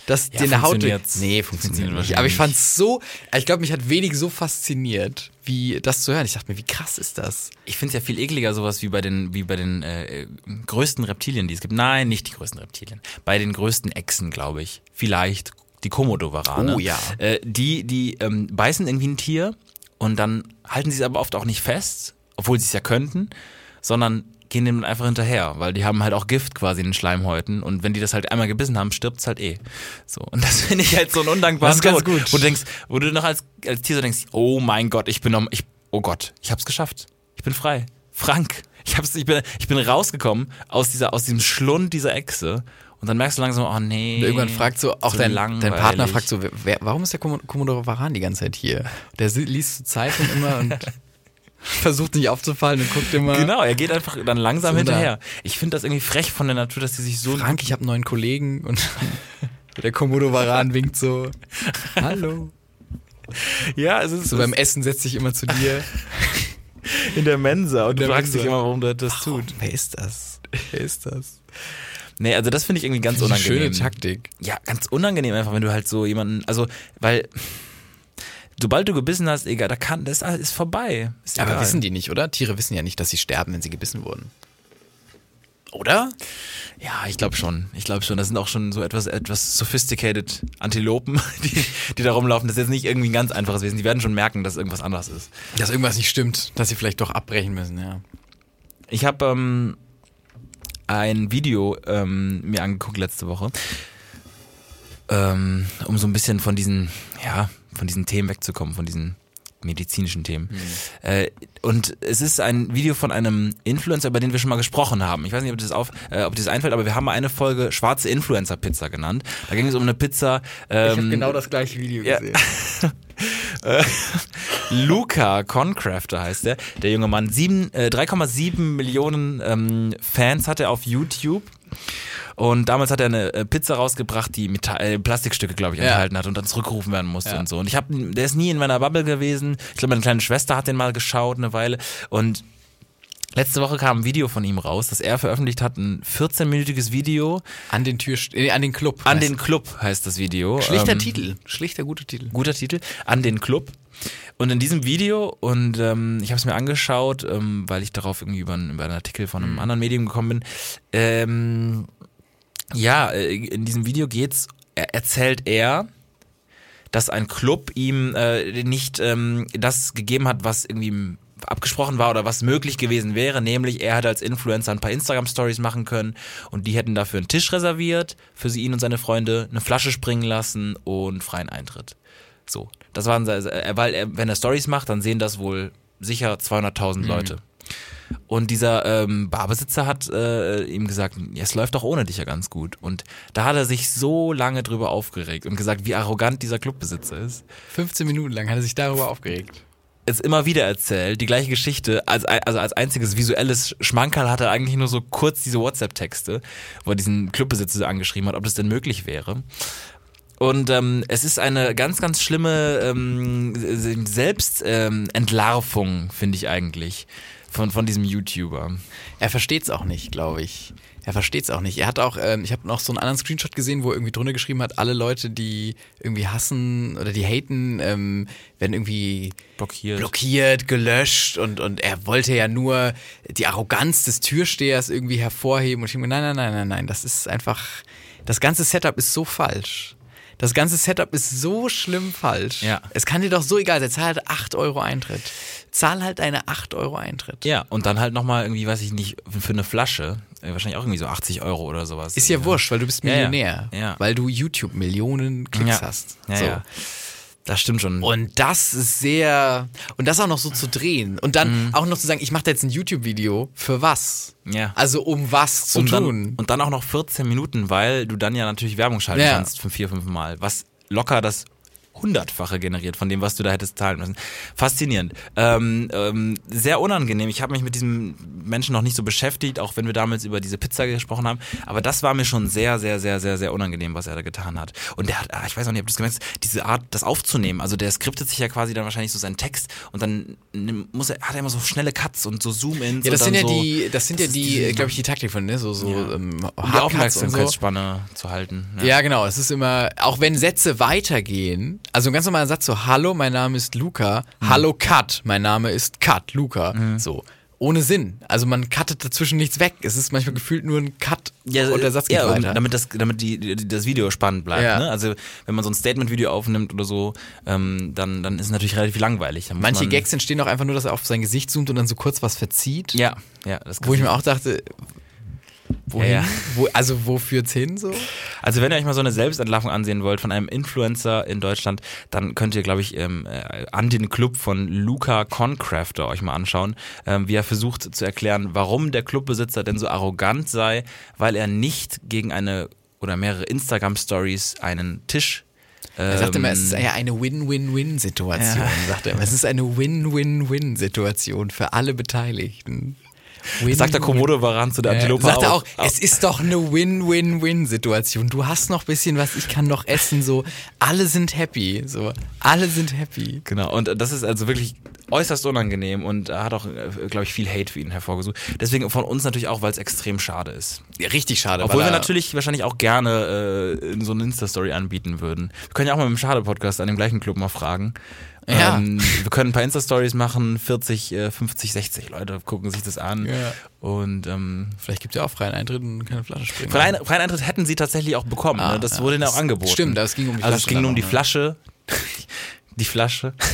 S5: dass
S4: Ja,
S5: dir in der Haut.
S4: funktioniert's.
S5: Nee, funktioniert
S4: Funktioniert
S5: nicht. Aber ich
S4: wahrscheinlich
S5: fand es so, ich glaube, mich hat wenig so fasziniert, wie das zu hören. Ich dachte mir, wie krass ist das?
S4: Ich finde es ja viel ekliger, sowas wie bei den, wie bei den äh, äh, größten Reptilien, die es gibt. Nein, nicht die größten Reptilien. Bei den größten Echsen, glaube ich. Vielleicht die Komodowarane.
S5: Oh ja.
S4: Äh, die die ähm, beißen irgendwie ein Tier und dann halten sie es aber oft auch nicht fest, obwohl sie es ja könnten, sondern gehen dem einfach hinterher, weil die haben halt auch Gift quasi in den Schleimhäuten und wenn die das halt einmal gebissen haben, stirbt's halt eh. So und das finde ich halt so ein undankbares
S5: Das ist ganz
S4: Tod,
S5: gut.
S4: wo du denkst, wo du noch als, als Tier so denkst, oh mein Gott, ich bin noch, ich, oh Gott, ich hab's geschafft, ich bin frei, Frank, ich hab's, ich bin, ich bin rausgekommen aus dieser, aus diesem Schlund dieser Echse und dann merkst du langsam, oh nee.
S5: Und irgendwann fragt so, auch
S4: so
S5: dein, dein Partner
S4: langweilig.
S5: fragt so, wer- wer, warum ist der Kommo- Commodore Varan die ganze Zeit hier? Der si- liest zur Zeitung immer und versucht nicht aufzufallen und guckt immer.
S4: Genau, er geht einfach dann langsam
S5: So
S4: hinterher. Ich finde das irgendwie frech von der Natur, dass die sich so.
S5: Frank, ich habe einen neuen Kollegen und der Komodo Varan winkt so. Hallo.
S4: Ja, es ist
S5: So beim Essen setzt sich immer zu dir.
S4: in der Mensa und
S5: du
S4: du
S5: fragst
S4: fragst dich
S5: dich
S4: immer, warum du das
S5: Gut,
S4: tut.
S5: wer ist das? Wer ist das?
S4: Nee, also das finde ich irgendwie ganz
S5: So eine
S4: unangenehm.
S5: schöne Taktik.
S4: Ja, ganz unangenehm einfach, wenn du halt so jemanden, also, weil sobald du gebissen hast, egal, da kann, das ist vorbei. Ist
S5: Aber
S4: egal.
S5: wissen die nicht, oder? Tiere wissen ja nicht, dass sie sterben, wenn sie gebissen wurden. Oder?
S4: Ja, ich glaube schon. Ich glaube schon. Das sind auch schon so etwas, etwas sophisticated Antilopen, die, die da rumlaufen. Das ist jetzt nicht irgendwie ein ganz einfaches Wesen. Die werden schon merken, dass irgendwas anders ist.
S5: Dass irgendwas nicht stimmt, dass sie vielleicht doch abbrechen müssen, ja.
S4: Ich habe ähm, ein Video ähm, mir angeguckt letzte Woche, ähm, um so ein bisschen von diesen, ja, von diesen Themen wegzukommen, von diesen medizinischen Themen. Äh, und es ist ein Video von einem Influencer, über den wir schon mal gesprochen haben. Ich weiß nicht, ob dir das, auf, äh, ob dir das einfällt, aber wir haben mal eine Folge schwarze Influencer-Pizza genannt. Da ging es um eine Pizza. Ähm,
S5: genau das gleiche Video
S4: ja. Luca Concrafter heißt der, der junge Mann. Sieben, äh, 3,7 Millionen ähm, Fans hat er auf YouTube. Und damals hat er eine äh, Pizza rausgebracht, die Metall äh, Plastikstücke, glaube ich,
S5: Ja.
S4: enthalten hat und dann zurückgerufen werden musste
S5: Ja.
S4: und so. Und ich habe, der ist nie in meiner Bubble gewesen. Ich glaube, meine kleine Schwester hat den mal geschaut eine Weile und Letzte Woche kam ein Video von ihm raus, das er veröffentlicht hat, ein 14-minütiges Video.
S5: An den Tür, nee, an den Club.
S4: An
S5: heißt
S4: den Club heißt das Video.
S5: Schlichter
S4: Ähm,
S5: Titel. Schlichter, guter Titel.
S4: guter Titel, an den Club. Und in diesem Video, und ähm, ich habe es mir angeschaut, ähm, weil ich darauf irgendwie über, einen- über einen Artikel von einem anderen Medium gekommen bin, ähm, ja, äh, in diesem Video geht's, er, erzählt er, dass ein Club ihm äh, nicht ähm, das gegeben hat, was irgendwie ihm abgesprochen war oder was möglich gewesen wäre, nämlich er hätte als Influencer ein paar Instagram-Stories machen können und die hätten dafür einen Tisch reserviert, für sie, ihn und seine Freunde, eine Flasche springen lassen und freien Eintritt. So, das waren, se- äh, weil er, wenn er Stories macht, dann sehen das wohl sicher 200.000 Leute. Und dieser ähm, Barbesitzer hat äh, ihm gesagt, es läuft doch ohne dich ja ganz gut. Und da hat er sich so lange drüber aufgeregt und gesagt, wie arrogant dieser Clubbesitzer ist.
S5: 15 Minuten lang hat er sich darüber aufgeregt.
S4: Es immer wieder erzählt, die gleiche Geschichte, als, ei- also als einziges visuelles Schmankerl hat er eigentlich nur so kurz diese WhatsApp-Texte, wo er diesen Clubbesitzer angeschrieben hat, ob das denn möglich wäre. Und ähm, es ist eine ganz, ganz schlimme ähm, Selbstentlarvung, ähm, Entlarvung, finde ich eigentlich, von, von diesem YouTuber.
S5: Er versteht's auch nicht, glaube ich. Er versteht's auch nicht. Er hat auch, ähm, ich habe noch so einen anderen Screenshot gesehen, wo er irgendwie drunter geschrieben hat, alle Leute, die irgendwie hassen oder die haten, ähm, werden irgendwie
S4: Blockiert.
S5: blockiert, gelöscht und, und er wollte ja nur die Arroganz des Türstehers irgendwie hervorheben. Und ich denke, mir, nein, nein, nein, nein, nein, das ist einfach, das ganze Setup ist so falsch. Das ganze Setup ist so schlimm falsch.
S4: Ja.
S5: Es kann dir doch so egal sein. Zahl halt 8 Euro Eintritt. Zahl halt deine 8 Euro Eintritt.
S4: Ja, und dann halt nochmal irgendwie, weiß ich nicht, für eine Flasche, äh, wahrscheinlich auch irgendwie so 80 Euro oder sowas.
S5: Ist ja wurscht, weil du bist
S4: Ja, ja.
S5: Millionär.
S4: Ja.
S5: Weil du YouTube Millionen Klicks
S4: Ja.
S5: hast.
S4: Ja,
S5: so.
S4: ja. Das stimmt schon.
S5: Und das ist sehr. Und das auch noch so zu drehen. Und dann auch noch zu sagen, ich mache jetzt ein YouTube-Video. Für was?
S4: Mhm. Ja.
S5: Also um was zu
S4: um dann,
S5: tun.
S4: Und dann auch noch 14 Minuten, weil du dann ja natürlich Werbung schalten
S5: Ja.
S4: kannst, fünf, vier, fünf Mal, was locker das Hundertfache generiert von dem, was du da hättest zahlen müssen. Faszinierend. Ähm, ähm, sehr unangenehm. Ich habe mich mit diesem Menschen noch nicht so beschäftigt, auch wenn wir damals über diese Pizza gesprochen haben. Aber das war mir schon sehr, sehr, sehr, sehr, sehr unangenehm, was er da getan hat. Und der hat, ah, ich weiß auch nicht, ob du es gemerkt hast, diese Art, das aufzunehmen. Also der skriptet sich ja quasi dann wahrscheinlich so seinen Text und dann nimm- muss er, hat er immer so schnelle Cuts und so Zoom-ins.
S5: ja, das
S4: und
S5: sind ja
S4: dann so,
S5: die, das sind
S4: ist
S5: ja die,
S4: diese-
S5: glaube ich, die Taktik von, ne? So, so
S4: Ja. um
S5: ähm,
S4: die
S5: Hardcuts und so.
S4: Aufmerksamkeitsspanne zu halten. ne?
S5: Ja, genau. Es ist immer, auch wenn Sätze weitergehen, also ein ganz normaler Satz so, hallo, mein Name ist Luca,
S4: Mhm.
S5: hallo Cut, mein Name ist Cut, Luca. So. Ohne Sinn. Also man cuttet dazwischen nichts weg. Es ist manchmal gefühlt nur ein Cut und der Satz geht
S4: ja, und
S5: weiter.
S4: Damit das, damit die, die, das Video spannend bleibt.
S5: Ja.
S4: Ne? Also wenn man so ein Statement-Video aufnimmt oder so, ähm, dann, dann ist es natürlich relativ langweilig. Dann muss
S5: Manche
S4: man,
S5: Gags entstehen auch einfach nur, dass er auf sein Gesicht zoomt und dann so kurz was verzieht.
S4: Ja, ja. Das
S5: Wo ich mir auch dachte, wohin?
S4: Ja, ja.
S5: Wo, also wo führt's hin so?
S4: Also wenn ihr euch mal so eine Selbstentlarvung ansehen wollt von einem Influencer in Deutschland, dann könnt ihr, glaube ich, ähm, äh, an den Club von Luca Concrafter euch mal anschauen, ähm, wie er versucht zu erklären, warum der Clubbesitzer denn so arrogant sei, weil er nicht gegen eine oder mehrere Instagram-Stories einen Tisch ähm,
S5: Er sagt immer, es ist ja eine Win-Win-Win-Situation, sagt er immer. Es ist eine Win-Win-Win-Situation für alle Beteiligten. Win
S4: Sagt der Komodo-Varan zu der
S5: Ja,
S4: Antilope
S5: Äh, sagt er auch,
S4: Au.
S5: es ist doch eine Win-Win-Win-Situation. Du hast noch ein bisschen was, ich kann noch essen. So, alle sind happy. So, alle sind happy.
S4: Genau, und äh, das ist also wirklich äußerst unangenehm und äh, hat auch, glaube ich, viel Hate für ihn hervorgesucht. Deswegen von uns natürlich auch, weil es extrem schade ist.
S5: Ja, richtig schade.
S4: Obwohl
S5: weil
S4: wir
S5: er-
S4: natürlich wahrscheinlich auch gerne äh, so eine Insta-Story anbieten würden. Wir können ja auch mal im Schade-Podcast an dem gleichen Club mal fragen. Ähm,
S5: Ja.
S4: wir können ein paar Insta-Stories machen, 40, äh, 50, 60 Leute gucken sich das an.
S5: Ja.
S4: Und ähm,
S5: Vielleicht gibt es ja auch freien Eintritt und keine Flasche springen.
S4: freien, freien Eintritt hätten sie tatsächlich auch bekommen.
S5: Ah,
S4: ne? Das
S5: ja.
S4: wurde ihnen auch
S5: Das-
S4: angeboten.
S5: stimmt, aber es ging um die
S4: also Es
S5: Flasche
S4: ging nur um
S5: dann
S4: die
S5: auch, ne?
S4: Flasche. die Flasche.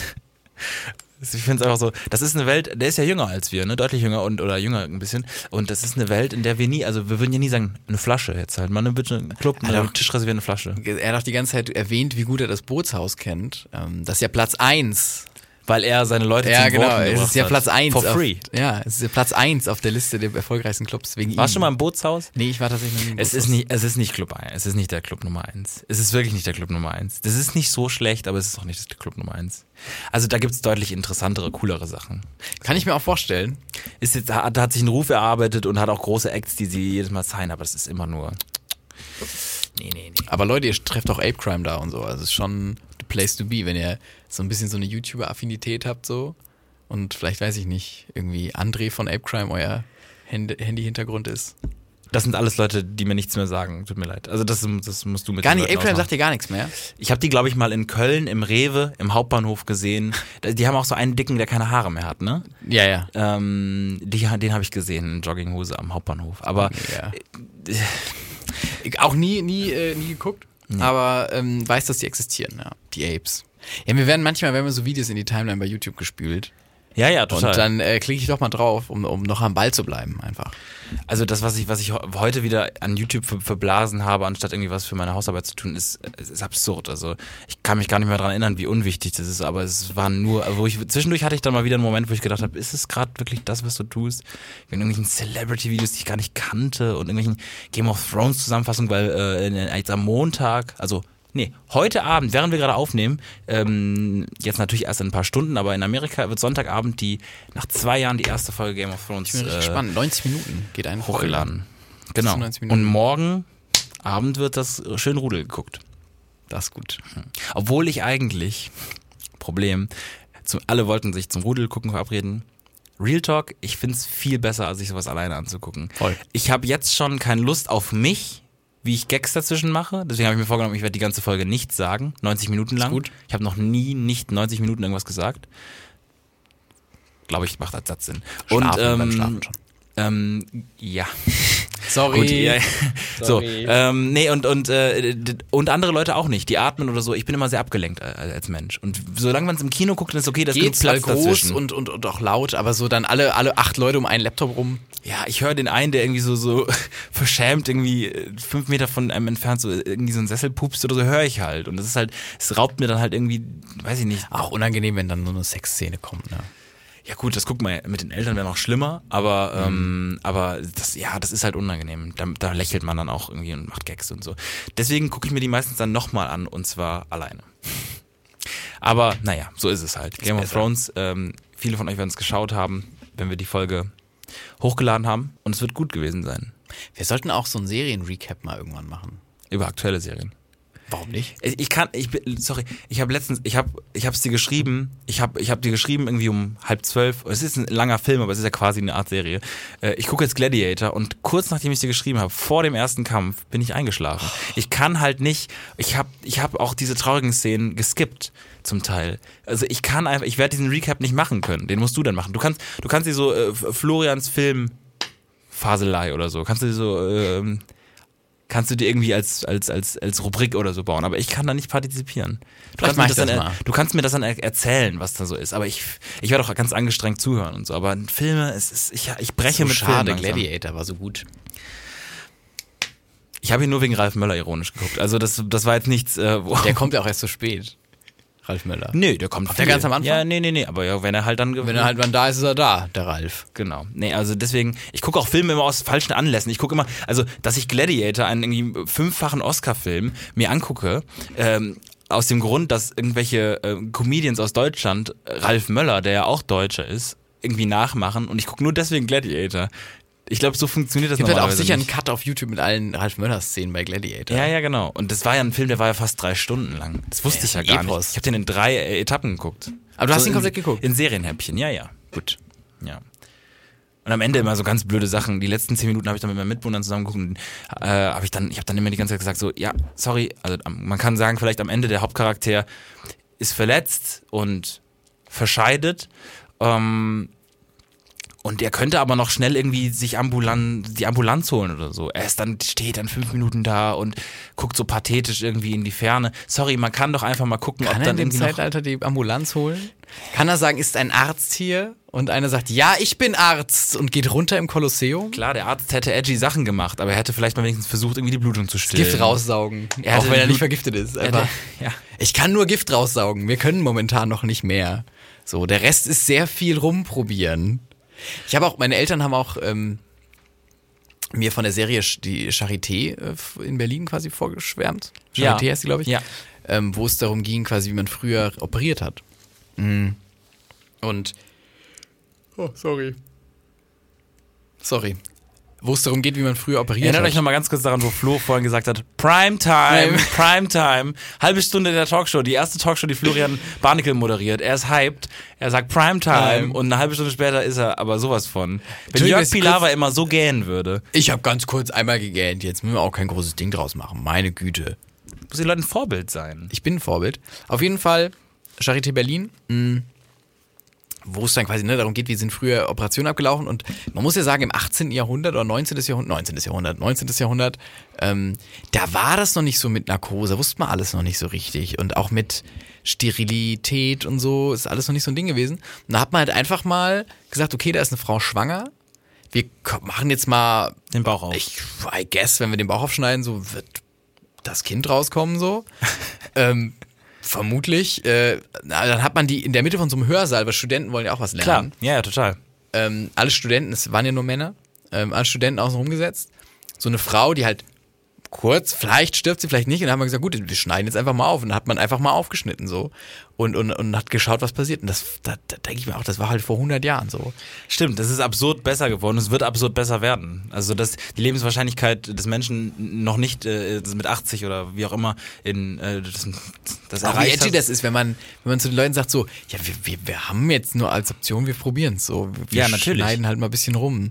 S4: Ich finde es einfach so, das ist eine Welt, der ist ja jünger als wir, ne? Deutlich jünger und oder jünger ein bisschen. Und das ist eine Welt, in der wir nie, also wir würden ja nie sagen, eine Flasche jetzt halt. Mal eine bitte einen Club,
S5: Alter.
S4: einen Tisch reservieren, eine Flasche.
S5: Er hat auch die ganze Zeit erwähnt, wie gut er das Bootshaus kennt. Ähm, Das ist ja Platz 1.
S4: Weil er seine Leute
S5: Ja,
S4: zum
S5: genau.
S4: Worten
S5: Es
S4: gebracht
S5: ist ja
S4: hat.
S5: Platz 1.
S4: For free.
S5: Auf, ja, es ist ja Platz 1 auf der Liste der erfolgreichsten Clubs. Wegen
S4: Warst du
S5: ihm.
S4: schon mal im Bootshaus?
S5: Nee, ich war tatsächlich noch nie im
S4: Es ist,
S5: Bootshaus.
S4: nicht, es ist nicht Club 1. Es ist nicht der Club Nummer 1. Es ist wirklich nicht der Club Nummer 1. Das ist nicht so schlecht, aber es ist auch nicht der Club Nummer 1. Also da gibt es deutlich interessantere, coolere Sachen.
S5: Kann ich mir auch vorstellen.
S4: Ist jetzt, hat, hat sich einen Ruf erarbeitet und hat auch große Acts, die sie jedes Mal sein, aber das ist immer nur Nee, nee, nee.
S5: Aber Leute, ihr trefft auch Ape Crime da und so. Also es ist schon the place to be, wenn ihr so ein bisschen so eine YouTuber-Affinität habt so. Und vielleicht weiß ich nicht, irgendwie André von Ape Crime euer Hand- Handy-Hintergrund ist.
S4: Das sind alles Leute, die mir nichts mehr sagen. Tut mir leid. Also das, das musst du mit
S5: Gar
S4: den
S5: nicht, Ape
S4: Leuten
S5: Crime
S4: ausmachen.
S5: sagt dir gar nichts mehr.
S4: Ich habe die, glaube ich, mal in Köln im Rewe, im Hauptbahnhof gesehen. Da- Die haben auch so einen Dicken, der keine Haare mehr hat, ne?
S5: Ja, ja.
S4: Ähm, die, den habe ich gesehen in Jogginghose am Hauptbahnhof. Aber
S5: ja. Ich auch nie, nie, äh, nie geguckt, aber ähm, weiß, dass die existieren, ja. Die Apes. Ja, mir werden manchmal, wenn wir so Videos in die Timeline bei YouTube gespült.
S4: ja, ja, total.
S5: Und dann äh, klicke ich doch mal drauf, um, um noch am Ball zu bleiben, einfach.
S4: also das, was ich, was ich he- heute wieder an YouTube ver- verblasen habe, anstatt irgendwie was für meine Hausarbeit zu tun, ist, ist, ist absurd. Also ich kann mich gar nicht mehr daran erinnern, wie unwichtig das ist. Aber es waren nur, also wo ich zwischendurch hatte ich dann mal wieder einen Moment, wo ich gedacht habe, ist es gerade wirklich das, was du tust? In irgendwelchen Celebrity-Videos, die ich gar nicht kannte und irgendwelchen Game of Thrones Zusammenfassungen, weil äh, in- jetzt am Montag, also Nee, heute Abend, während wir gerade aufnehmen, ähm, jetzt natürlich erst in ein paar Stunden, aber in Amerika wird Sonntagabend die, nach zwei Jahren die erste Folge Game of Thrones
S5: Ich bin richtig
S4: äh,
S5: gespannt. 90 Minuten geht einfach.
S4: hochgeladen. Genau.
S5: 90 Minuten.
S4: Und morgen Abend wird das schön Rudel geguckt.
S5: Das ist gut.
S4: Obwohl ich eigentlich, Problem, zu, alle wollten sich zum Rudel gucken verabreden. Real Talk, ich find's viel besser, als sich sowas alleine anzugucken.
S5: Voll.
S4: Ich habe jetzt schon keine Lust auf mich, wie ich Gags dazwischen mache. Deswegen habe ich mir vorgenommen, ich werde die ganze Folge nichts sagen. 90 Minuten lang.
S5: gut.
S4: Ich habe noch nie nicht 90 Minuten irgendwas gesagt. Glaube ich, macht als Satz Sinn.
S5: Schlafen,
S4: Und, ähm,
S5: beim Schlafen schon.
S4: Ähm, ja.
S5: Sorry.
S4: Gut, ja. So, ähm, nee, und, und, äh, d- und andere Leute auch nicht, die atmen oder so. Ich bin immer sehr abgelenkt äh, als Mensch. Und solange man es im Kino guckt, dann ist okay, das gibt
S5: Geht's mal
S4: Platz
S5: groß
S4: dazwischen.
S5: und, und, und auch laut, aber so dann alle, alle acht Leute um einen Laptop rum.
S4: ja, ich höre den einen, der irgendwie so, so verschämt irgendwie äh, fünf Meter von einem entfernt so äh, irgendwie so einen Sessel pupst oder so, höre ich halt. Und das ist halt, es raubt mir dann halt irgendwie, weiß ich nicht.
S5: Auch unangenehm, wenn dann so eine Sexszene kommt, ne?
S4: Ja gut, das guckt man ja, mit den Eltern wäre noch schlimmer, aber, ähm, aber das, ja, das ist halt unangenehm. Da, da lächelt man dann auch irgendwie und macht Gags und so. Deswegen gucke ich mir die meistens dann nochmal an und zwar alleine. Aber naja, so ist es halt. Game of Thrones, ähm, viele von euch werden es geschaut haben, wenn wir die Folge hochgeladen haben und es wird gut gewesen sein.
S5: Wir sollten auch so einen Serien-Recap mal irgendwann machen.
S4: Über aktuelle Serien.
S5: Warum nicht?
S4: Ich ich kann, ich bin, sorry, ich habe letztens, ich habe, ich hab's dir geschrieben, ich habe, ich hab dir geschrieben irgendwie um halb zwölf. Es ist ein langer Film, aber es ist ja quasi eine Art Serie. Äh, Ich gucke jetzt Gladiator und kurz nachdem ich dir geschrieben habe, vor dem ersten Kampf, bin ich eingeschlafen. Ich kann halt nicht, ich habe, ich habe auch diese traurigen Szenen geskippt zum Teil. Also ich kann einfach, ich werde diesen Recap nicht machen können. Den musst du dann machen. Du kannst, du kannst dir so äh, Florians Film Faselei oder so. Kannst du dir so ähm, kannst du dir irgendwie als, als, als, als Rubrik oder so bauen. Aber ich kann da nicht partizipieren. Du
S5: Vielleicht
S4: kannst, mir
S5: mach
S4: das
S5: ich
S4: dann,
S5: das
S4: er-
S5: mal.
S4: du kannst mir das dann er- erzählen, was da so ist. Aber ich, ich werde auch ganz angestrengt zuhören und so. Aber Filme, es ist, ich, ich breche mit
S5: schade,
S4: Filmen. langsam.
S5: Gladiator war so gut.
S4: Ich habe ihn nur wegen Ralf Möller ironisch geguckt. Also das, das war jetzt nichts, äh, wo.
S5: Der kommt ja auch erst so spät. Ralf Möller.
S4: Nö, der kommt
S5: der
S4: viel.
S5: ganz am Anfang?
S4: Ja, nee, nee, nee. Aber ja, wenn er halt dann
S5: Wenn er halt wann da ist, ist er da, der Ralf.
S4: Genau. Nee, also deswegen, ich gucke auch Filme immer aus falschen Anlässen. Ich gucke immer, also, dass ich Gladiator, einen irgendwie fünffachen Oscar-Film, mir angucke, ähm, aus dem Grund, dass irgendwelche äh, Comedians aus Deutschland, äh, Ralf Möller, der ja auch Deutscher ist, irgendwie nachmachen und ich gucke nur deswegen Gladiator. Ich glaube, so funktioniert das
S5: Gibt halt auch
S4: normalerweise
S5: sicher einen
S4: nicht.
S5: Cut auf YouTube mit allen Ralf Möller-Szenen bei Gladiator.
S4: Ja, ja, genau. Und das war ja ein Film, der war ja fast drei Stunden lang. Das wusste
S5: Ja,
S4: ich ja
S5: ein
S4: gar
S5: Epos.
S4: nicht. Ich habe den in drei äh, Etappen geguckt.
S5: Aber du hast ihn
S4: in-
S5: komplett geguckt?
S4: In Serienhäppchen, ja, ja. Gut. Ja. Und am Ende immer so ganz blöde Sachen. Die letzten zehn Minuten habe ich dann mit meinen Mitbewohnern zusammengeguckt und äh, habe ich dann, ich habe dann immer die ganze Zeit gesagt, so, ja, sorry, also am- man kann sagen, vielleicht am Ende der Hauptcharakter ist verletzt und verscheidet. Ähm, und er könnte aber noch schnell irgendwie sich ambulan die Ambulanz holen oder so. Er ist dann, steht dann fünf Minuten da und guckt so pathetisch irgendwie in die Ferne. Sorry, man kann doch einfach mal gucken,
S5: Kann
S4: ob
S5: er in
S4: dann
S5: dem
S4: irgendwie noch
S5: Zeitalter die Ambulanz holen? Kann er sagen, ist ein Arzt hier? Und einer sagt, ja, ich bin Arzt und geht runter im Kolosseum?
S4: Klar, der Arzt hätte edgy Sachen gemacht, aber er hätte vielleicht mal wenigstens versucht, irgendwie die Blutung zu stillen.
S5: Gift raussaugen.
S4: Er hatte
S5: auch wenn er
S4: den Blut-
S5: nicht vergiftet ist.
S4: Er hätte,
S5: Aber
S4: ja.
S5: ich kann nur Gift raussaugen. Wir können momentan noch nicht mehr. So, der Rest ist sehr viel rumprobieren. Ich habe auch, meine Eltern haben auch ähm, mir von der Serie Sch- die Charité äh, f- in Berlin quasi vorgeschwärmt.
S4: Ja.
S5: Charité heißt die, glaube ich.
S4: Ja.
S5: Ähm, wo es darum ging, quasi, wie man früher operiert hat. Mhm. Und. Oh, sorry. Sorry. wo es darum geht, wie man früher operiert
S4: Erinnert
S5: hat.
S4: euch nochmal ganz kurz daran, wo Flo vorhin gesagt hat, Primetime, Primetime, halbe Stunde der Talkshow, die erste Talkshow, die Florian Barnickel moderiert. Er ist hyped, er sagt Primetime
S5: Time.
S4: und eine halbe Stunde später ist er aber sowas von. Wenn
S5: Entschuldigung,
S4: Jörg
S5: jetzt
S4: Pilawa immer so gähnen würde,
S5: ich habe ganz kurz einmal gegähnt, jetzt müssen wir auch kein großes Ding draus machen. Meine Güte.
S4: muss den Leuten Vorbild sein.
S5: Ich bin ein Vorbild. Auf jeden Fall Charité Berlin, mh, wo es dann quasi ne, darum geht, wie sind früher Operationen abgelaufen. Und man muss ja sagen, im 18. Jahrhundert oder 19. Jahrhundert, 19. Jahrhundert, 19. Jahrhundert, ähm, da war das noch nicht so mit Narkose, wusste man alles noch nicht so richtig. Und auch mit Sterilität und so ist alles noch nicht so ein Ding gewesen. Und da hat man halt einfach mal gesagt, okay, da ist eine Frau schwanger. Wir ko- machen jetzt mal
S4: Den Bauch auf.
S5: ich, I guess, wenn wir den Bauch aufschneiden, so wird das Kind rauskommen, so. ähm, vermutlich. Äh, na, dann hat man die in der Mitte von so einem Hörsaal, weil Studenten wollen ja auch was
S4: Klar,
S5: lernen.
S4: ja, ja, total.
S5: Ähm, alle Studenten, es waren ja nur Männer, ähm, alle Studenten außen rumgesetzt. So eine Frau, die halt kurz, vielleicht stirbt sie, vielleicht nicht. Und dann haben wir gesagt, gut, wir schneiden jetzt einfach mal auf. Und dann hat man einfach mal aufgeschnitten, so. Und, und, und hat geschaut, was passiert. Und das, da, da denke ich mir auch, das war halt vor 100 Jahren so.
S4: Stimmt, das ist absurd besser geworden. Es wird absurd besser werden. Also dass die Lebenswahrscheinlichkeit des Menschen noch nicht äh, mit 80 oder wie auch immer in äh, das, das
S5: Auch wie
S4: erreicht
S5: edgy
S4: hat.
S5: das ist, wenn man, wenn man zu den Leuten sagt, so, ja, wir, wir, wir haben jetzt nur als Option, wir probieren es so. Wir
S4: Ja, natürlich.
S5: schneiden halt mal ein bisschen rum.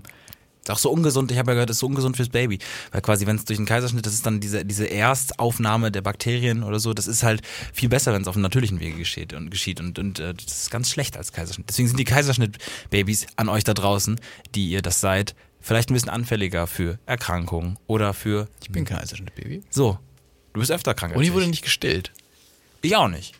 S4: Ist auch so ungesund, ich habe ja gehört, ist so ungesund fürs Baby. Weil quasi, wenn es durch einen Kaiserschnitt, das ist dann diese, diese Erstaufnahme der Bakterien oder so, das ist halt viel besser, wenn es auf dem natürlichen Wege geschieht und geschieht. Und, und äh, das ist ganz schlecht als Kaiserschnitt. Deswegen sind die Kaiserschnittbabys an euch da draußen, die ihr das seid, vielleicht ein bisschen anfälliger für Erkrankungen oder für.
S5: Ich bin kein Eiserschnitt-Baby.
S4: So, du bist öfter krank.
S5: Und
S4: als
S5: ich wurde
S4: ich.
S5: nicht gestillt.
S4: Ich auch nicht.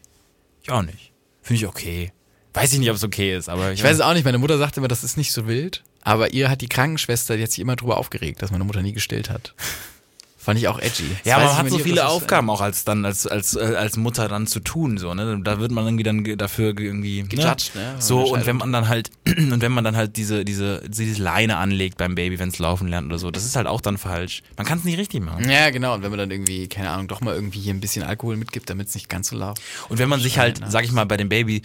S4: Ich auch nicht. Finde ich okay. Weiß ich nicht, ob es okay ist, aber ich,
S5: Ich weiß es auch nicht, meine Mutter sagt immer, das ist nicht so wild. Aber ihr hat die Krankenschwester, die hat sich immer drüber aufgeregt, dass meine Mutter nie gestillt hat. Fand ich auch edgy. Jetzt
S4: Ja,
S5: weiß
S4: man
S5: ich
S4: hat
S5: mir
S4: so
S5: nicht, ob
S4: viele
S5: das ist, äh,
S4: Aufgaben auch als dann als als äh, als Mutter dann zu tun so, ne? Da wird man irgendwie dann ge- dafür ge- irgendwie
S5: Gejudged,
S4: ne?
S5: ne? Wenn
S4: So und
S5: man entscheidet.
S4: wenn man dann halt und wenn man dann halt diese diese diese Leine anlegt beim Baby, wenn es laufen lernt oder so, das ist halt auch dann falsch. Man kann es nicht richtig machen.
S5: äh, Ja, genau. Und wenn man dann irgendwie, keine Ahnung, doch mal irgendwie hier ein bisschen Alkohol mitgibt, damit es nicht ganz so lau.
S4: Und wenn man sich halt,
S5: Schweine.
S4: sag ich mal, bei dem Baby,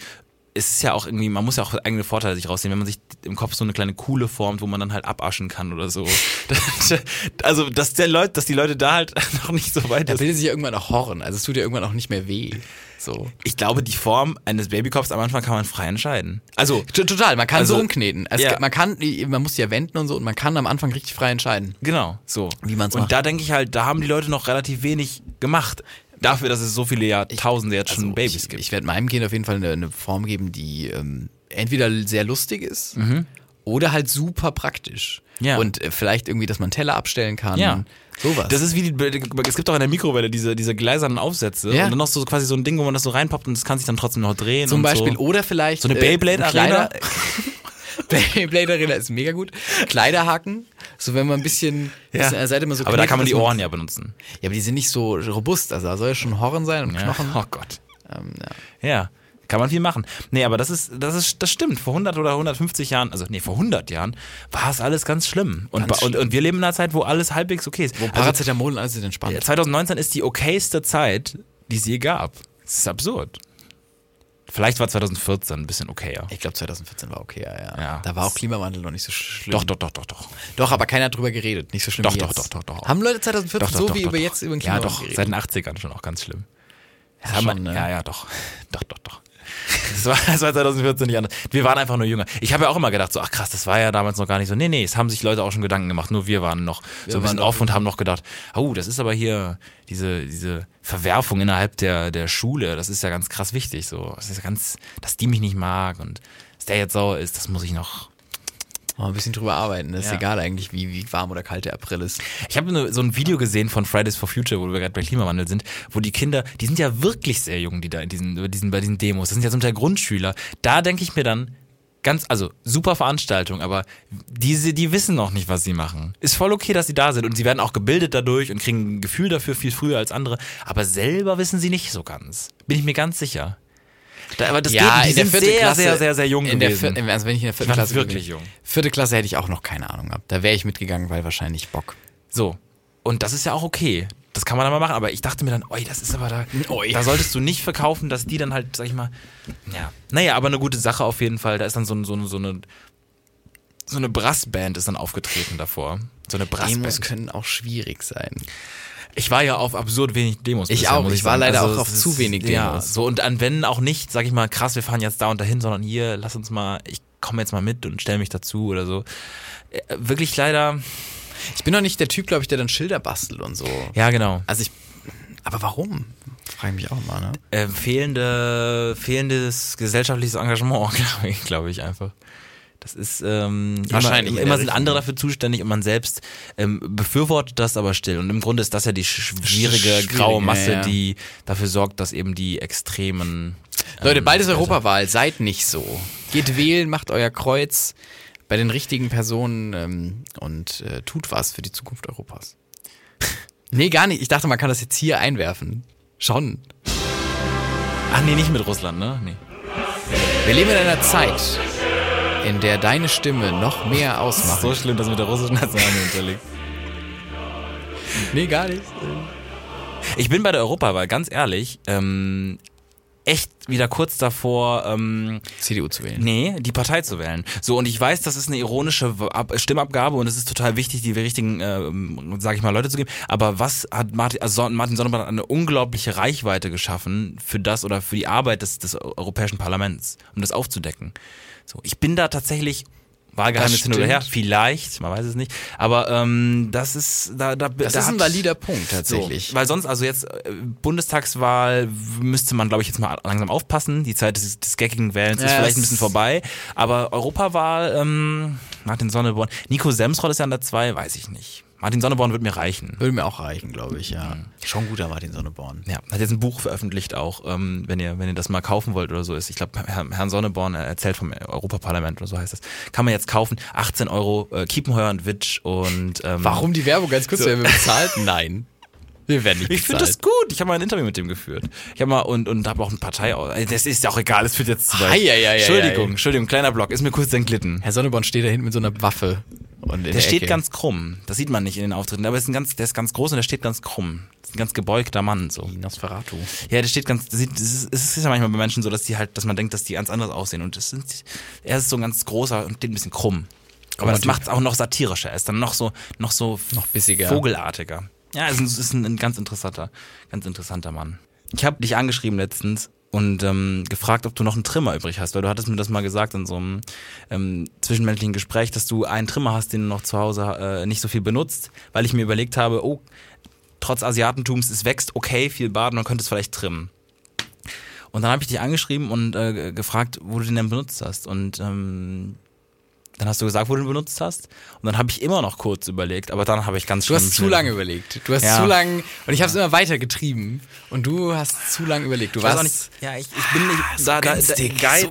S4: es ist ja auch irgendwie, man muss ja auch eigene Vorteile sich rausnehmen, wenn man sich im Kopf so eine kleine Kuhle formt, wo man dann halt abaschen kann oder so. Das- also, dass der Leute, dass die Leute da halt noch nicht so weit
S5: Da
S4: ist.
S5: bildet sich ja irgendwann auch Horn. Also es tut ja irgendwann auch nicht mehr weh. So.
S4: Ich glaube, die Form eines Babykopfs am Anfang kann man frei entscheiden. Also,
S5: T- Total, man kann
S4: Also,
S5: so rumkneten. Es,
S4: ja.
S5: Man kann, man muss ja wenden und so und man kann am Anfang richtig frei entscheiden.
S4: Genau, so.
S5: Wie man's
S4: Und
S5: macht.
S4: da denke ich halt, da haben die Leute noch relativ wenig gemacht. Dafür, dass es so viele Jahrtausende jetzt schon Babys
S5: also, ich,
S4: gibt.
S5: Ich werde meinem Kind auf jeden Fall eine, eine Form geben, die ähm, entweder sehr lustig ist oder halt super praktisch.
S4: Mhm. Ja.
S5: Und äh, vielleicht irgendwie, dass man einen Teller abstellen kann.
S4: Ja.
S5: Sowas.
S4: Das ist wie die, es gibt auch in der Mikrowelle diese, diese gläsernen Aufsätze
S5: Ja.
S4: und dann noch so quasi so ein Ding, wo man das so reinpoppt und das kann sich dann trotzdem noch drehen.
S5: zum
S4: und
S5: Beispiel.
S4: So.
S5: Oder vielleicht.
S4: So eine
S5: äh,
S4: Beyblade
S5: ein
S4: Arena?
S5: kleiner- Beyblade Arena ist mega gut. Kleiderhaken. So, wenn man ein bisschen, bisschen an der Seite mal so
S4: Aber da
S5: knetet,
S4: kann man die
S5: dass
S4: Ohren ja benutzen.
S5: Ja, aber die sind nicht so robust. Also da soll ja schon Horn sein und Knochen.
S4: Ja. Oh Gott.
S5: Ähm, ja.
S4: Ja. Kann man viel machen. Nee, aber das ist, das ist, das stimmt. Vor 100 oder 150 Jahren, also nee, vor 100 Jahren war es alles ganz schlimm. Und,
S5: Ganz
S4: ba- und, und wir leben in einer Zeit, wo alles halbwegs okay ist. Wo
S5: Paracetamol und alles ist entspannt.
S4: Ja, 2019 ist die okayste Zeit, die es je gab. Das ist absurd. Vielleicht war 2014 ein bisschen okayer.
S5: Ich glaube, 2014 war okay, ja, ja.
S4: Ja.
S5: Da war auch Klimawandel noch nicht so schlimm.
S4: Doch, doch, doch, doch, doch.
S5: Doch, aber keiner hat drüber geredet. Nicht so schlimm
S4: Doch,
S5: wie
S4: doch,
S5: jetzt.
S4: doch, doch, doch.
S5: Haben Leute 2014
S4: doch, doch
S5: so
S4: doch,
S5: wie
S4: doch,
S5: über
S4: doch.
S5: jetzt über den
S4: Ja,
S5: Klimawandel
S4: doch,
S5: geredet?
S4: seit den 80ern schon auch ganz schlimm. Das
S5: Ja,
S4: haben wir-
S5: schon, ne?
S4: Ja, ja, doch. Doch, doch, doch. Das war, das war 2014 nicht anders. Wir waren einfach nur jünger. Ich habe ja auch immer gedacht, so, ach krass, das war ja damals noch gar nicht so. Nee, nee, es haben sich Leute auch schon Gedanken gemacht. Nur wir waren noch so ein
S5: waren
S4: bisschen
S5: noch-
S4: auf und haben noch gedacht, oh, das ist aber hier diese, diese Verwerfung innerhalb der, der Schule. Das ist ja ganz krass wichtig. So, das ist ganz, dass die mich nicht mag und dass der jetzt sauer ist, das muss ich noch
S5: Mal ein bisschen drüber arbeiten. Das ist
S4: Ja.
S5: egal eigentlich, wie, wie warm oder kalt der April ist.
S4: Ich habe ne- so ein Video gesehen von Fridays for Future, wo wir gerade bei Klimawandel sind, wo die Kinder, die sind ja wirklich sehr jung, die da in diesen, bei diesen, bei diesen Demos, das sind ja zum Teil Grundschüler. Da denke ich mir dann, ganz, also super Veranstaltung, aber diese, die wissen noch nicht, was sie machen. Ist voll okay, dass sie da sind und sie werden auch gebildet dadurch und kriegen ein Gefühl dafür viel früher als andere, aber selber wissen sie nicht so ganz. Bin ich mir ganz sicher. Da, aber das geht, die
S5: in der
S4: sind
S5: vierten
S4: sehr,
S5: Klasse-
S4: sehr, sehr, sehr jung
S5: in der
S4: gewesen.
S5: vierten- also wenn ich in der vierten
S4: waren
S5: Klasse
S4: wirklich
S5: gewesen-
S4: jung.
S5: Vierte Klasse hätte ich auch noch keine Ahnung gehabt. Da wäre ich mitgegangen, weil wahrscheinlich Bock.
S4: So. Und das ist ja auch okay. Das kann man dann mal machen. Aber ich dachte mir dann, oi, das ist aber da.
S5: Oi.
S4: Da solltest du nicht verkaufen, dass die dann halt, sag ich mal. Ja. Naja, aber eine gute Sache auf jeden Fall. Da ist dann so, ein- so, ein- so eine. so eine Brassband ist dann aufgetreten davor. So eine
S5: Demos
S4: Brassband.
S5: können auch schwierig sein.
S4: Ich war ja auf absurd wenig Demos.
S5: Ich auch, ich war leider auch auf
S4: Also es
S5: zu
S4: ist-
S5: wenig
S4: Ja,
S5: Demos.
S4: so und an wenn auch nicht, sag ich mal, krass, wir fahren jetzt da und dahin, sondern hier, lass uns mal, ich komme jetzt mal mit und stelle mich dazu oder so. Äh, Wirklich leider,
S5: Ich bin doch nicht der Typ, glaube ich, der dann Schilder bastelt und so.
S4: ja genau.
S5: Also ich. Aber warum? Frage mich auch mal, ne?
S4: Ähm, fehlende, fehlendes gesellschaftliches Engagement, glaube ich, glaube ich einfach. Das ist ähm,
S5: Wahrscheinlich
S4: immer,
S5: in der
S4: immer sind
S5: Richtung.
S4: andere dafür zuständig und man selbst ähm, befürwortet das aber still. Und im Grunde ist das ja die schwierige
S5: Schwierig,
S4: graue Masse,
S5: ja, ja.
S4: die dafür sorgt, dass eben die extremen
S5: Leute,
S4: ähm,
S5: bald ist
S4: Leute-
S5: Europawahl, seid nicht so. Geht wählen, macht euer Kreuz bei den richtigen Personen ähm, und äh, tut was für die Zukunft Europas. nee, gar nicht. Ich dachte, man kann das jetzt hier einwerfen. Schon.
S4: Ach nee, nicht mit Russland, ne? Nee.
S5: Wir leben in einer Zeit, in der deine Stimme noch mehr
S4: Das ist
S5: ausmacht.
S4: so schlimm, dass mit der russischen Nationalhymne liegt.
S5: Nee, gar nicht.
S4: Ich bin bei der Europawahl, ganz ehrlich, ähm, echt wieder kurz davor, ähm,
S5: CDU zu wählen.
S4: Nee, die Partei zu wählen. So, und ich weiß, das ist eine ironische W- Ab Stimmabgabe und es ist total wichtig, die richtigen, äh, sage ich mal, Leute zu geben. Aber was hat Martin, also Son- Martin Sonnenbrand hat eine unglaubliche Reichweite geschaffen für das oder für die Arbeit des, des Europäischen Parlaments, um das aufzudecken? So, ich bin da tatsächlich. Wahlgeheimnis
S5: Das
S4: hin oder her,
S5: stimmt.
S4: vielleicht, man weiß es nicht. Aber ähm, das ist da, da
S5: Das
S4: da
S5: ist ein
S4: hat-
S5: valider Punkt tatsächlich.
S4: so, weil sonst, also jetzt äh, Bundestagswahl w- müsste man, glaube ich, jetzt mal langsam aufpassen. Die Zeit des, des geckigen Wählens ist
S5: Ja,
S4: vielleicht ein
S5: es-
S4: bisschen vorbei. Aber Europawahl, ähm, Martin Sonneborn, Nico Semsrott ist ja an der 2, weiß ich nicht. Martin Sonneborn wird mir reichen.
S5: Würde mir auch reichen, glaube ich, ja. Schon guter Martin Sonneborn.
S4: Ja, hat jetzt ein Buch veröffentlicht auch, ähm, wenn ihr wenn ihr das mal kaufen wollt oder so ist. Ich glaube, Herrn, Herrn Sonneborn äh, erzählt vom Europaparlament oder so heißt das. Kann man jetzt kaufen. 18 Euro, äh, Kiepenheuer und Witsch und ähm,
S5: Warum die Werbung ganz kurz?
S4: So.
S5: Werden wir bezahlt? Nein. Wir werden nicht bezahlt.
S4: Ich finde das gut. Ich habe mal ein Interview mit dem geführt. Ich habe mal und und habe auch eine Partei. aus- Ey, Das ist ja auch egal. Es führt jetzt zu weit.
S5: Ei, ei, ei, ei,
S4: Entschuldigung,
S5: ei.
S4: Entschuldigung. Kleiner Block. Ist mir kurz entglitten.
S5: Herr Sonneborn steht da hinten mit so einer Waffe. Und in
S4: Der steht
S5: Ecke.
S4: ganz krumm. Das sieht man nicht in den Auftritten. Aber ist ein ganz, der ist ganz groß und der steht ganz krumm. Ist ein ganz gebeugter Mann so.
S5: Wie Nosferatu.
S4: Ja, der steht ganz. das Sieht, es, ist, es ist ja manchmal bei Menschen so, dass die halt, dass man denkt, dass die ganz anders aussehen. Und das sind, er ist so ein ganz großer und steht ein bisschen krumm. Aber das
S5: Typ.
S4: macht es auch noch satirischer. Er ist dann noch so, noch so
S5: Noch bissiger.
S4: vogelartiger. Ja, es ist, ein- es ist ein, ein ganz interessanter, ganz interessanter Mann. Ich habe dich angeschrieben letztens und ähm, gefragt, ob du noch einen Trimmer übrig hast, weil du hattest mir das mal gesagt in so einem ähm, zwischenmenschlichen Gespräch, dass du einen Trimmer hast, den du noch zu Hause äh, nicht so viel benutzt, weil ich mir überlegt habe, oh, trotz Asiatentums, es wächst okay viel Bart und man könnte es vielleicht trimmen. Und dann habe ich dich angeschrieben und äh, gefragt, wo du den denn benutzt hast. Und ähm, dann hast du gesagt, wo du ihn benutzt hast. Und dann habe ich immer noch kurz überlegt, aber dann habe ich ganz
S5: Du
S4: schlimm
S5: hast zu
S4: schnell-
S5: lange überlegt. Du hast
S4: äh, Ja.
S5: zu lange. Und ich habe es immer weiter getrieben. Und du hast zu lange überlegt. Du
S4: Ich weiß
S5: warst.
S4: auch nicht. Ja, ich, ich bin nicht
S5: Ah,
S4: da, da, da, Geiz.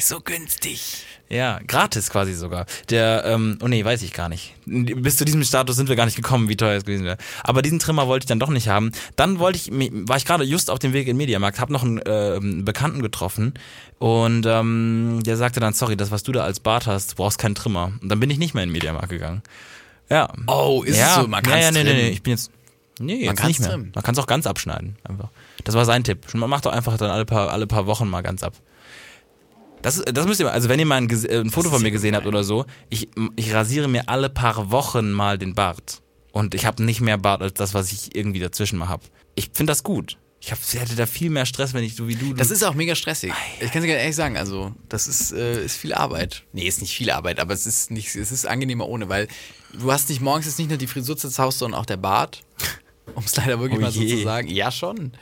S5: so günstig.
S4: Ja, gratis quasi sogar. Der, ähm, oh nee, weiß ich gar nicht. Bis zu diesem Status sind wir gar nicht gekommen, wie teuer es gewesen wäre. Aber diesen Trimmer wollte ich dann doch nicht haben. Dann wollte ich, mi- war ich gerade just auf dem Weg in den Mediamarkt, habe noch einen ähm, Bekannten getroffen und ähm, der sagte dann, sorry, das, was du da als Bart hast, du brauchst keinen Trimmer. Und dann bin ich nicht mehr in den Mediamarkt gegangen. Ja.
S5: Oh, ist
S4: ja.
S5: es so? Man kann
S4: ja, ja, nee, nee, nee, ich bin jetzt... Nee, jetzt
S5: kann's
S4: nicht mehr.
S5: trimmen.
S4: Man kann es auch ganz abschneiden, einfach. Das war sein Tipp. Man macht doch einfach dann alle paar, alle paar Wochen mal ganz ab. Das, das müsst ihr mal, also wenn ihr mal ein, Ges- äh, ein Foto von mir gesehen habt oder so, ich, ich rasiere mir alle paar Wochen mal den Bart. Und ich habe nicht mehr Bart als das, was ich irgendwie dazwischen mal habe. Ich finde das gut. Ich hab, hätte da viel mehr Stress, wenn ich so wie du.
S5: Das ist auch mega stressig. Ich kann es ganz ehrlich sagen. Also, das ist, äh, ist viel Arbeit. Nee, ist nicht viel Arbeit, aber es ist nicht, es ist angenehmer ohne, weil du hast nicht morgens ist nicht nur die Frisur zerzaust, sondern auch der Bart. Um es leider wirklich
S4: Oh
S5: mal so
S4: je.
S5: zu sagen. Ja, schon.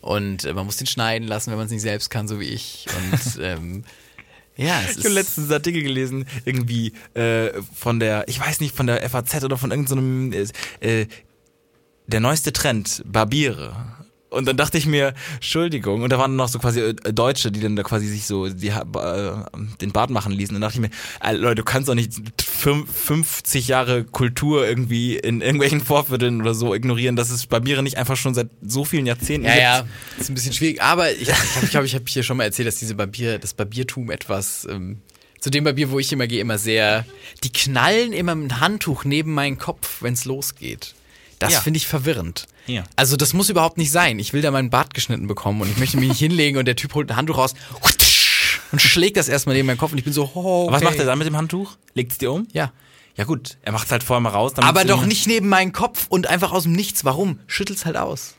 S5: Und äh, man muss den schneiden lassen, wenn man es nicht selbst kann, so wie ich. Und ähm, ja, es
S4: Ich habe
S5: ist.
S4: letztens einen Artikel gelesen, irgendwie äh, von der, ich weiß nicht, von der FAZ oder von irgendeinem, äh, äh, der neueste Trend, Barbiere. Und dann dachte ich mir, Entschuldigung, und da waren noch so quasi äh, Deutsche, die dann da quasi sich so die, Ha- ba- äh, den Bart machen ließen. Und dann dachte ich mir, äh, Leute, du kannst doch nicht fünf- 50 Jahre Kultur irgendwie in irgendwelchen Vorvierteln oder so ignorieren, dass es Barbiere nicht einfach schon seit so vielen Jahrzehnten
S5: Ja,
S4: gibt.
S5: ja, ist ein bisschen schwierig, aber ich glaube, ich, glaub, ich habe hier schon mal erzählt, dass diese Barbier, das Barbiertum etwas, ähm, zu dem Barbier, wo ich immer gehe, immer sehr, die knallen immer mit dem Handtuch neben meinen Kopf, wenn es losgeht. Das
S4: Ja.
S5: finde ich verwirrend.
S4: Ja.
S5: Also das muss überhaupt nicht sein. Ich will da meinen Bart geschnitten bekommen und ich möchte mich nicht hinlegen und der Typ holt ein Handtuch raus. und schlägt das erstmal neben meinen Kopf und ich bin so, oh, okay.
S4: Was macht er dann mit dem Handtuch? Legt es dir um?
S5: Ja.
S4: Ja gut, er macht es halt vorher mal raus. damit
S5: Aber
S4: sie-
S5: doch nicht neben meinen Kopf und einfach aus dem Nichts. Warum? Schüttel's halt aus.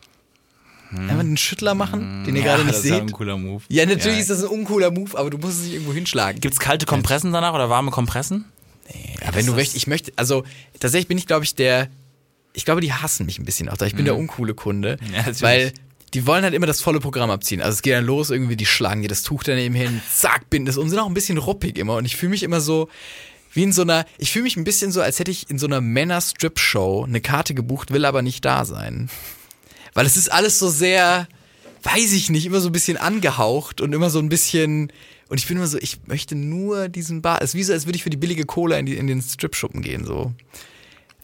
S5: Einfach einen Schüttler machen, den ihr
S4: Hm. Ja,
S5: gerade nicht
S4: das ist ja ein
S5: seht.
S4: cooler Move.
S5: Ja, natürlich ist das ein uncooler Move, aber du musst es nicht irgendwo hinschlagen.
S4: Gibt es kalte Kompressen danach oder warme Kompressen?
S5: Ja, wenn du möchtest, ich möchte, also tatsächlich bin ich, glaube ich, der, ich glaube, die hassen mich ein bisschen auch da. Ich bin der uncoole Kunde,
S4: Mhm. Ja, natürlich.
S5: weil die wollen halt immer das volle Programm abziehen. Also es geht dann los, irgendwie, die schlagen dir das Tuch daneben hin, zack, binden es um, sind auch ein bisschen ruppig immer und ich fühle mich immer so wie in so einer, ich fühle mich ein bisschen so, als hätte ich in so einer Männer-Strip-Show eine Karte gebucht, will aber nicht da sein. Weil es ist alles so sehr, weiß ich nicht, immer so ein bisschen angehaucht und immer so ein bisschen. Und ich bin immer so, ich möchte nur diesen Bart. Es ist wie so, als würde ich für die billige Cola in, die, in den Stripschuppen gehen, so.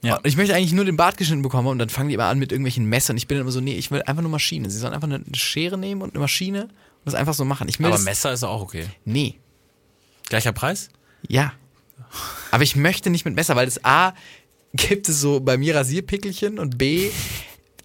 S4: Ja.
S5: Und ich möchte eigentlich nur den Bart geschnitten bekommen und dann fangen die immer an mit irgendwelchen Messern. Ich bin dann immer so, nee, ich will einfach nur Maschine. Sie sollen einfach eine Schere nehmen und eine Maschine und das einfach so machen. Ich will
S4: Aber
S5: das,
S4: Messer ist auch okay.
S5: Nee.
S4: Gleicher Preis?
S5: Ja. Aber ich möchte nicht mit Messer, weil das A gibt es so bei mir Rasierpickelchen und B,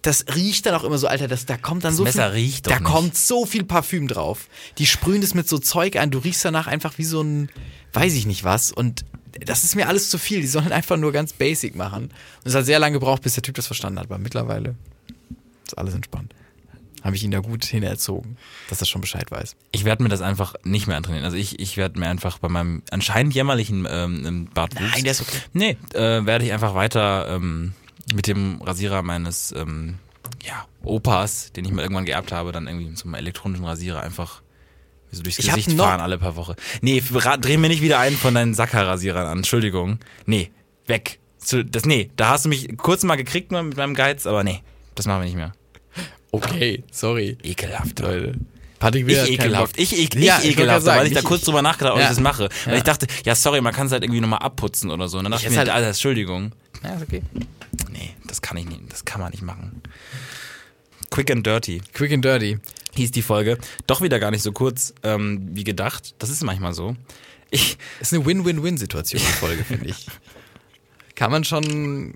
S5: das riecht dann auch immer so, Alter, das, da kommt dann so
S4: Messer
S5: viel.
S4: riecht doch
S5: da
S4: nicht.
S5: kommt so viel Parfüm drauf. Die sprühen das mit so Zeug ein, du riechst danach einfach wie so ein, weiß ich nicht was. Und das ist mir alles zu viel. Die sollen einfach nur ganz basic machen. Und es hat sehr lange gebraucht, bis der Typ das verstanden hat. Aber mittlerweile ist alles entspannt. Habe ich ihn da gut hinerzogen, dass er schon Bescheid weiß.
S4: Ich werde mir das einfach nicht mehr antrainieren. Also ich, ich werde mir einfach bei meinem anscheinend jämmerlichen ähm, Bartwuchs...
S5: Nein, der ist okay.
S4: Nee, äh, werde ich einfach weiter ähm, mit dem Rasierer meines ähm, ja, Opas, den ich mal irgendwann geerbt habe, dann irgendwie mit so einem elektronischen Rasierer einfach mir so durchs
S5: Ich hab
S4: Gesicht
S5: noch-
S4: fahren alle paar Woche. Nee, ra- dreh mir nicht wieder einen von deinen Sacker-Rasierern an. Entschuldigung. Nee, weg. Zu- Das, nee, da hast du mich kurz mal gekriegt mal mit meinem Geiz, aber nee, das machen wir nicht mehr.
S5: Okay, sorry.
S4: Ekelhaft.
S5: Leute. Patrick
S4: Ich
S5: Wieler hat keinen
S4: ekelhaft,
S5: Bock.
S4: ich, ek,
S5: Ja,
S4: ich
S5: ich wollte gerade
S4: ekelhaft,
S5: sagen,
S4: weil ich da
S5: ich-
S4: kurz drüber nachgedacht habe, ob
S5: Ja.
S4: ich das mache. Weil
S5: Ja.
S4: ich dachte, ja sorry, man kann es halt irgendwie nochmal abputzen oder so. Und dann dachte
S5: Ich
S4: ich, mir,
S5: esse halt-
S4: Alter, Entschuldigung.
S5: Ja, ist okay.
S4: Nee, das kann ich nicht, das kann man nicht machen. Quick and Dirty
S5: Quick and Dirty.
S4: hieß die Folge. Doch wieder gar nicht so kurz ähm, wie gedacht. Das ist manchmal so. Ich,
S5: Ist eine Win-Win-Win-Situation, die Folge, finde ich. Kann man schon.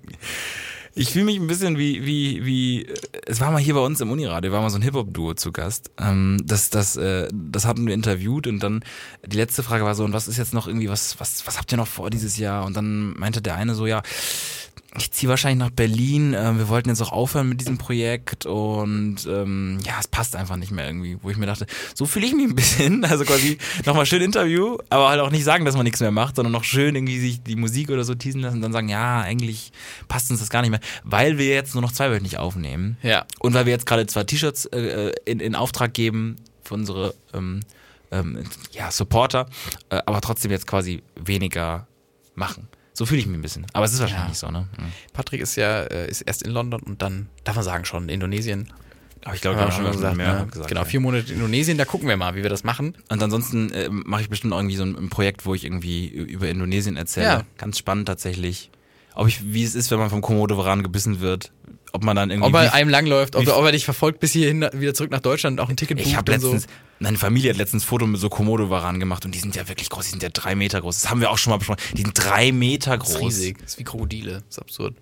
S4: ich fühle mich ein bisschen wie, wie, wie, es war mal hier bei uns im Uniradio, war mal so ein Hip-Hop-Duo zu Gast. Ähm, das, das, äh, das hatten wir interviewt und dann die letzte Frage war so, und was ist jetzt noch irgendwie, was, was, was habt ihr noch vor dieses Jahr? Und dann meinte der eine so, ja, ich ziehe wahrscheinlich nach Berlin. Ähm, wir wollten jetzt auch aufhören mit diesem Projekt und ähm, ja, es passt einfach nicht mehr irgendwie, wo ich mir dachte, so fühle ich mich ein bisschen. Also quasi nochmal schön Interview, aber halt auch nicht sagen, dass man nichts mehr macht, sondern noch schön irgendwie sich die Musik oder so teasen lassen und dann sagen, ja, eigentlich passt uns das gar nicht mehr, weil wir jetzt nur noch zweiwöchentlich aufnehmen.
S5: Ja.
S4: Und weil wir jetzt gerade zwei T-Shirts äh, in, in Auftrag geben für unsere ähm, ähm, ja, Supporter, äh, aber trotzdem jetzt quasi weniger machen. So fühle ich mich ein bisschen. Aber es ist wahrscheinlich
S5: Ja.
S4: nicht so, ne? Mhm.
S5: Patrick ist ja äh, ist erst in London und dann, darf man sagen, schon in Indonesien.
S4: Aber ich glaube, wir haben schon gesagt, mehr
S5: ne?
S4: gesagt.
S5: Genau,
S4: ja.
S5: vier Monate in Indonesien, da gucken wir mal, wie wir das machen.
S4: Und ansonsten äh, mache ich bestimmt auch irgendwie so ein, ein Projekt, wo ich irgendwie ü- über Indonesien erzähle.
S5: Ja.
S4: Ganz spannend tatsächlich. Ob ich, wie es ist, wenn man vom Komodo-Varan gebissen wird, ob man dann irgendwie.
S5: Ob er
S4: wie-
S5: einem langläuft, ob,
S4: wie-
S5: ob er dich verfolgt bis hierhin, wieder zurück nach Deutschland und auch ein Ticket
S4: ich habe
S5: und
S4: letztens, meine Familie hat letztens ein Foto mit so Komodo-Varan gemacht und die sind ja wirklich groß, die sind ja drei Meter groß. Das haben wir auch schon mal besprochen. Die sind drei Meter
S5: Das
S4: groß.
S5: ist riesig. Das ist wie Krokodile. Das ist absurd.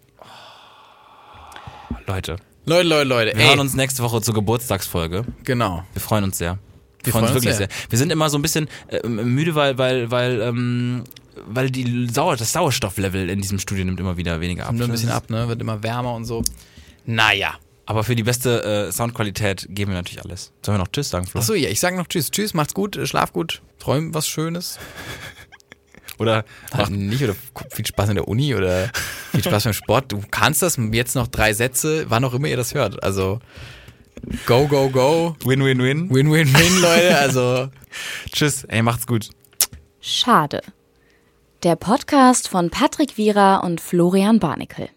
S4: Leute,
S5: Leute, Leute, Leute.
S4: wir
S5: ey.
S4: hören uns nächste Woche zur Geburtstagsfolge.
S5: Genau.
S4: Wir freuen uns sehr. Wir,
S5: Wir
S4: freuen uns
S5: freuen uns
S4: wirklich sehr.
S5: sehr.
S4: Wir sind immer so ein bisschen äh, müde, weil, weil, weil, ähm, weil die Sauer, das Sauerstofflevel in diesem Studio nimmt immer wieder weniger ab.
S5: Nur ein
S4: Das
S5: bisschen
S4: ist-
S5: ab, ne? Wird immer wärmer und so. Naja.
S4: Aber für die beste äh, Soundqualität geben wir natürlich alles. Sollen wir noch Tschüss sagen, Flo?
S5: Achso, ja, ich sage noch Tschüss. Tschüss, macht's gut, äh, schlaf gut, träum was Schönes.
S4: Oder
S5: Ach,
S4: macht,
S5: nicht oder viel Spaß in der Uni oder viel Spaß beim Sport. Du kannst das jetzt noch drei Sätze, wann auch immer ihr das hört. Also go, go, go.
S4: win, win, win.
S5: Win, win, win, Leute. Also
S4: Tschüss. Ey, macht's gut.
S3: Schade. Der Podcast von Patrick Wierer und Florian Barnikel.